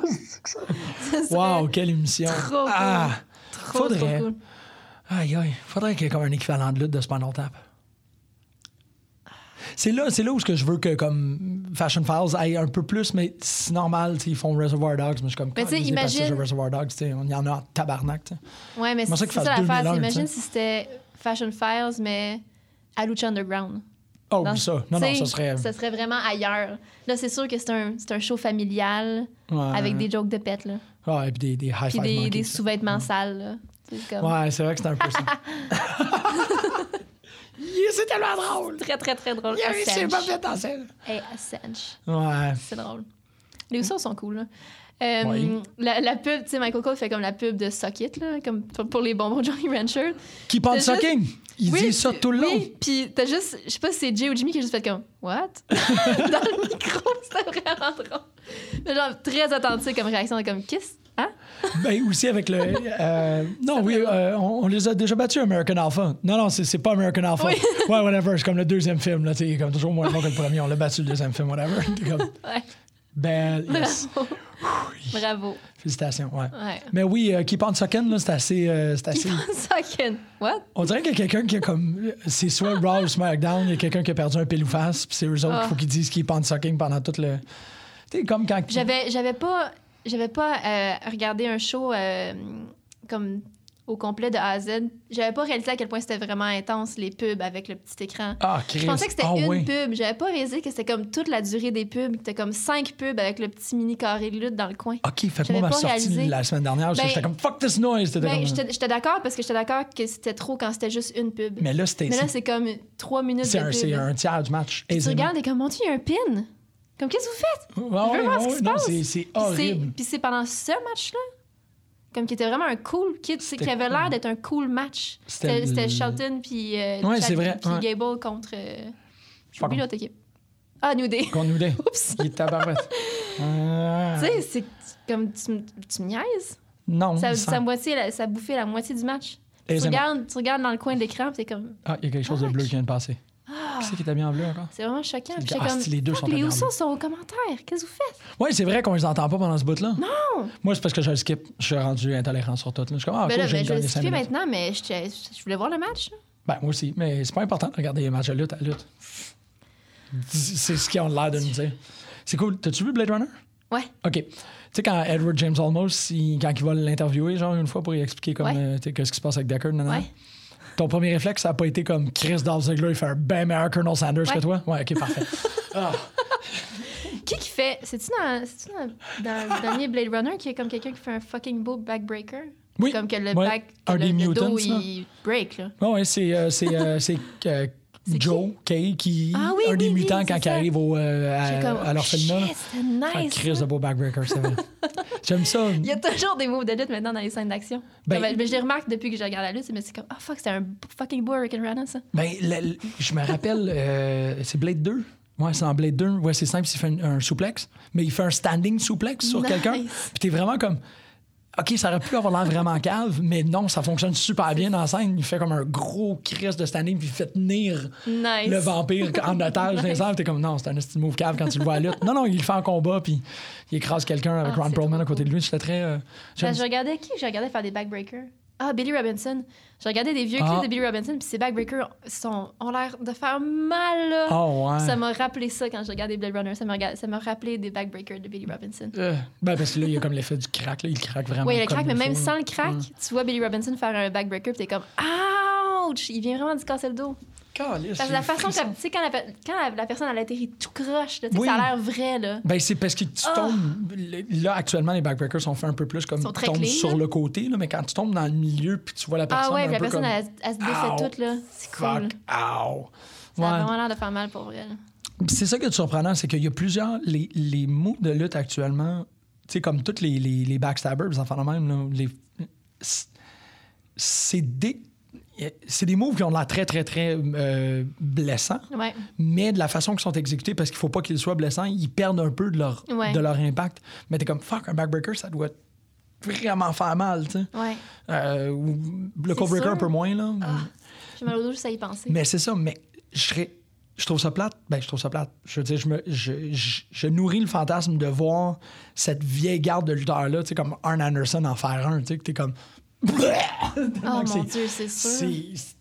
Ce serait Wow, quelle émission! Trop ah, trop, trop faudrait. cool. Aïe, aïe. Faudrait qu'il y ait comme un équivalent de lutte de Spinal Tap. C'est là, c'est là où ce que je veux que comme Fashion Files aille un peu plus, mais c'est normal, tu sais, ils font Reservoir Dogs, mais je suis comme Mais tu sais, Caliste, les imagine- passages de Reservoir Dogs, tu sais, on y en a en tabarnak. tu sais. Ouais, mais Comment c'est ça c'est qu'ils ça fassent 2001, l'affaire. c'est Imagine tu sais. si c'était Fashion Files, mais à Lucha Underground. Oh, Dans- ça. Non, non, t'sais, ça serait. euh, Ça serait vraiment ailleurs. Là, c'est sûr que c'est un, c'est un show familial Ouais. avec des jokes de pète, là. Ouais, et puis des, des high Puis five des, monkeys, des ça. Mm. sous-vêtements sales, là. C'est comme Ouais, c'est vrai que c'est un peu ça. yeah, c'est tellement drôle! très, très, très drôle. Yeah, c'est Assange. pas fait en scène. Hey, Assange. Ouais. C'est drôle. Les sons sont cool, là. Euh, Ouais. la, la pub, tu sais, Michael Cole fait comme la pub de Socket, là, comme pour pour les bonbons Johnny Rancher. Keep on C'est juste- sucking! Il Oui, dit ça puis- tout le long. Oui, puis t'as juste, je sais pas si c'est Jay ou Jimmy qui a juste fait comme What? dans le micro, c'était vraiment drôle. Mais genre très authentique comme réaction, comme Kiss, hein? Ben aussi avec le. euh, non, oui, euh, on, on les a déjà battus, American Alpha. Non, non, c'est, c'est pas American Alpha. Oui. Ouais, whatever. C'est comme le deuxième film, là. tu sais, comme toujours moins bon que le premier. On l'a battu le deuxième film, whatever. T'es comme. Ouais. Ben, yes. Bravo. Bravo. Félicitations, ouais. Ouais. Mais oui, euh, Keep on Sucking, là, c'est assez. euh, c'est assez... Second. What? On dirait qu'il y a quelqu'un qui a comme. C'est soit Raw ou SmackDown, il y a quelqu'un qui a perdu un pile ou face, puis c'est eux autres qu'il Ah. faut qu'ils disent Keep on Sucking pendant tout le. Tu sais, comme quand. J'avais, j'avais pas, j'avais pas euh, regardé un show euh, comme au complet de A à Z. J'avais pas réalisé à quel point c'était vraiment intense, les pubs avec le petit écran. Ah, Chris. Je pensais que c'était ah, une oui. pub. J'avais pas réalisé que c'était comme toute la durée des pubs. que T'as comme cinq pubs avec le petit mini carré de lutte dans le coin. Ah, OK, fait que J'avais moi, ma pas sortie réalisé. la semaine dernière, parce que Ben, j'étais comme fuck this noise. T'étais Ben, comme- j'étais j'étais d'accord parce que j'étais d'accord que c'était trop quand c'était juste une pub. Mais là, c'était. Mais là, c'est comme trois minutes C'est de un, pub. c'est un tiers du match. Puis tu aisément. regardes et comme, mon Dieu, il y a un pin. Comme, qu'est-ce que vous faites? Ouais, Je ouais, veux voir ce qui ouais, se non, passe. c'est- C'est Puis c'est- horrible. Puis c'est pendant ce match-là, comme qui était vraiment un cool kid, c'est qui C'était avait cool. l'air d'être un cool match. C'était C'était le- c'était Shelton puis euh, Ouais, Chad- c'est vrai, puis ouais. Gable contre. euh, J'ai Pas oublié con- l'autre équipe. Ah, New Day. Qu'on nous l'ait. Oups. Il est tabarouette. Ah. Tu sais, c'est comme tu, me- tu me niaises. Non. Ça, sans- ça, moitié, la- ça bouffait la moitié du match. Tu aisément. regardes, tu regardes dans le coin de l'écran, puis t'es comme. Ah, il y a quelque chose de bleu qui vient de passer. Ah. Qui c'est qui était bien en bleu encore? C'est vraiment choquant. Puis Ah, j'étais comme. si, les deux fuck, sont les habillés en Ah, Usos bleu. sont aux commentaires. Qu'est-ce que vous faites? Oui, c'est vrai qu'on les entend pas pendant ce bout-là. Non! Moi, c'est parce que je le skip. Je suis rendu intolérant sur tout. là. Je suis comme, ah, Ben cool, là, j'ai ben, je gagné vais cinq skipper minutes. maintenant, mais je, je voulais voir le match. Ben, moi aussi, mais c'est pas important de regarder les matchs de lutte à lutte. C'est ce qu'ils ont l'air de nous dire. C'est cool. T'as-tu vu Blade Runner? Ouais. OK. Tu sais, quand Edward James Olmos, il- quand il va l'interviewer, genre, une fois pour lui expliquer comme, Ouais. euh, tu sais, qu'est-ce qui se passe avec Deckard, non, non. Ouais. Ton premier réflexe, ça n'a pas été comme Chris Dolph Ziggler, il fait un bien meilleur Colonel Sanders que Ouais. toi? Ouais, OK, parfait. Ah, Qui qui fait. C'est-tu dans, c'est-tu dans, dans le dernier Blade Runner qui est comme quelqu'un qui fait un fucking beau backbreaker? Oui. Comme que le Ouais. back. que Un le, des le mutants, dos, ça. il break, là. Ouais, ouais, c'est euh, c'est, euh, c'est, euh, C'est Joe Kay qui Ah oui, un des oui, oui, mutants c'est quand ça. il arrive au, euh, J'ai à, comme. oh, à l'orphelinat. là. shit, c'était Un nice. Chris de beau backbreaker, c'est vrai. J'aime ça. Il y a toujours des moves de lutte maintenant dans les scènes d'action. Ben- Comme, mais je les remarque depuis que je regarde la lutte, mais c'est comme, ah fuck, c'était un fucking beau Hurricane Rana, ça. Ben, le- le- je me rappelle, euh, c'est Blade 2. Ouais, c'est en Blade 2. Ouais, c'est simple, il fait un, un souplex, mais il fait un standing souplex sur Nice. quelqu'un. Puis t'es vraiment comme. OK, ça aurait pu avoir l'air vraiment cave, mais non, ça fonctionne super bien dans la scène. Il fait comme un gros crise de standing, puis il fait tenir Nice. le vampire en otage dans les airs. T'es comme, non, c'est un petit move cave quand tu le vois à la lutte. Non, non, il le fait en combat, puis il écrase quelqu'un avec Ah, Ron c'est Perlman trop à côté de cool. lui. C'était très. euh, j'aime Ben, je regardais qui Je regardais faire des backbreakers. Ah, Billy Robinson. Je regardais des vieux Ah. clips de Billy Robinson, puis ses backbreakers sont, ont l'air de faire mal, là. Oh, ouais. Ça m'a rappelé ça quand je regardais Blade Runner. Ça m'a rega- ça m'a rappelé des backbreakers de Billy Robinson. Euh, ben, parce que là, il y a comme l'effet du crack, là. Il craque vraiment. Oui, le comme crack, mais il même faut, là. sans le crack, Mm. tu vois Billy Robinson faire un backbreaker, puis t'es comme, ouch, il vient vraiment de se casser le dos. Calisse, Parce que j'ai la le façon que, frisson. tu sais, quand, la, pe- quand la, la personne elle a atterri tout croche, là, tu sais, Oui. ça a l'air vrai, là. Ben, c'est parce que tu Ah! tombes. le- Là, actuellement, les backbreakers sont faits un peu plus comme Sont tu très tombes clean, sur là. le côté, là, mais quand tu tombes dans le milieu puis tu vois la personne. ah ouais, un puis la peu personne, comme, elle, elle se Ow, défait toute, là. C'est cool. Fuck, ow. Ça a Ouais. vraiment l'air de faire mal pour vrai. là. C'est ça qui est surprenant, c'est qu'il y a plusieurs. Les, les mots de lutte actuellement, tu sais, comme tous les, les, les backstabbers, les enfants de même, là, les, c'est des. C'est des moves qui ont l'air très, très, très euh, blessants. Ouais. mais de la façon qu'ils sont exécutés, parce qu'il faut pas qu'ils soient blessants, ils perdent un peu de leur, Ouais. de leur impact. Mais t'es comme, fuck, un backbreaker, ça doit vraiment faire mal, tu sais. Ouais. Euh, ou le C'est codebreaker sûr. Ah. un peu moins, là. J'ai mal au dos juste à y penser. Mais c'est ça, mais je serais- Je trouve ça plate. Ben, je trouve ça plate. Je veux dire, je, me, je, je- je nourris le fantasme de voir cette vieille garde de lutteurs-là, tu sais, comme Arn Anderson en faire un, tu sais, que t'es comme. Oh Tellement que mon c'est- Dieu, c'est sûr. c'est-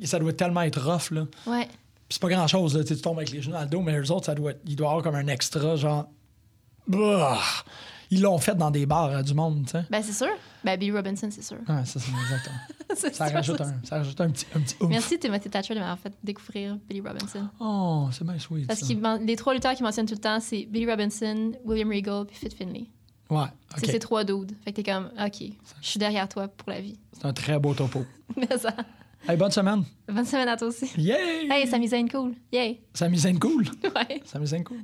c'est- Ça doit tellement être rough, là. Ouais. Puis c'est pas grand chose, là, tu sais, tu tombes avec les genoux dans le dos, mais eux autres, ça doit, il doit avoir comme un extra, genre. Bah! Ils l'ont fait dans des bars hein, du monde, tu sais. Ben, c'est sûr. Ben, Billy Robinson, c'est sûr. Ouais, ça, c'est exactement. C'est Ça sûr, rajoute c'est sûr. un, ça rajoute un petit, un petit ouf. Merci Timothy Thatcher de m'avoir fait découvrir Billy Robinson. Oh, c'est bien sweet. Parce ça. que les trois lutteurs qu'ils mentionnent tout le temps, c'est Billy Robinson, William Regal puis Fit Finley. Ouais, ok. C'est ces trois dudes. Fait que t'es comme, OK, je suis derrière toi pour la vie. C'est un très beau topo. Mais ça, Hey, bonne semaine. bonne semaine à toi aussi. Yay! Hey, ça mise cool. Yay. Ça me cool. Ouais. Ça me cool.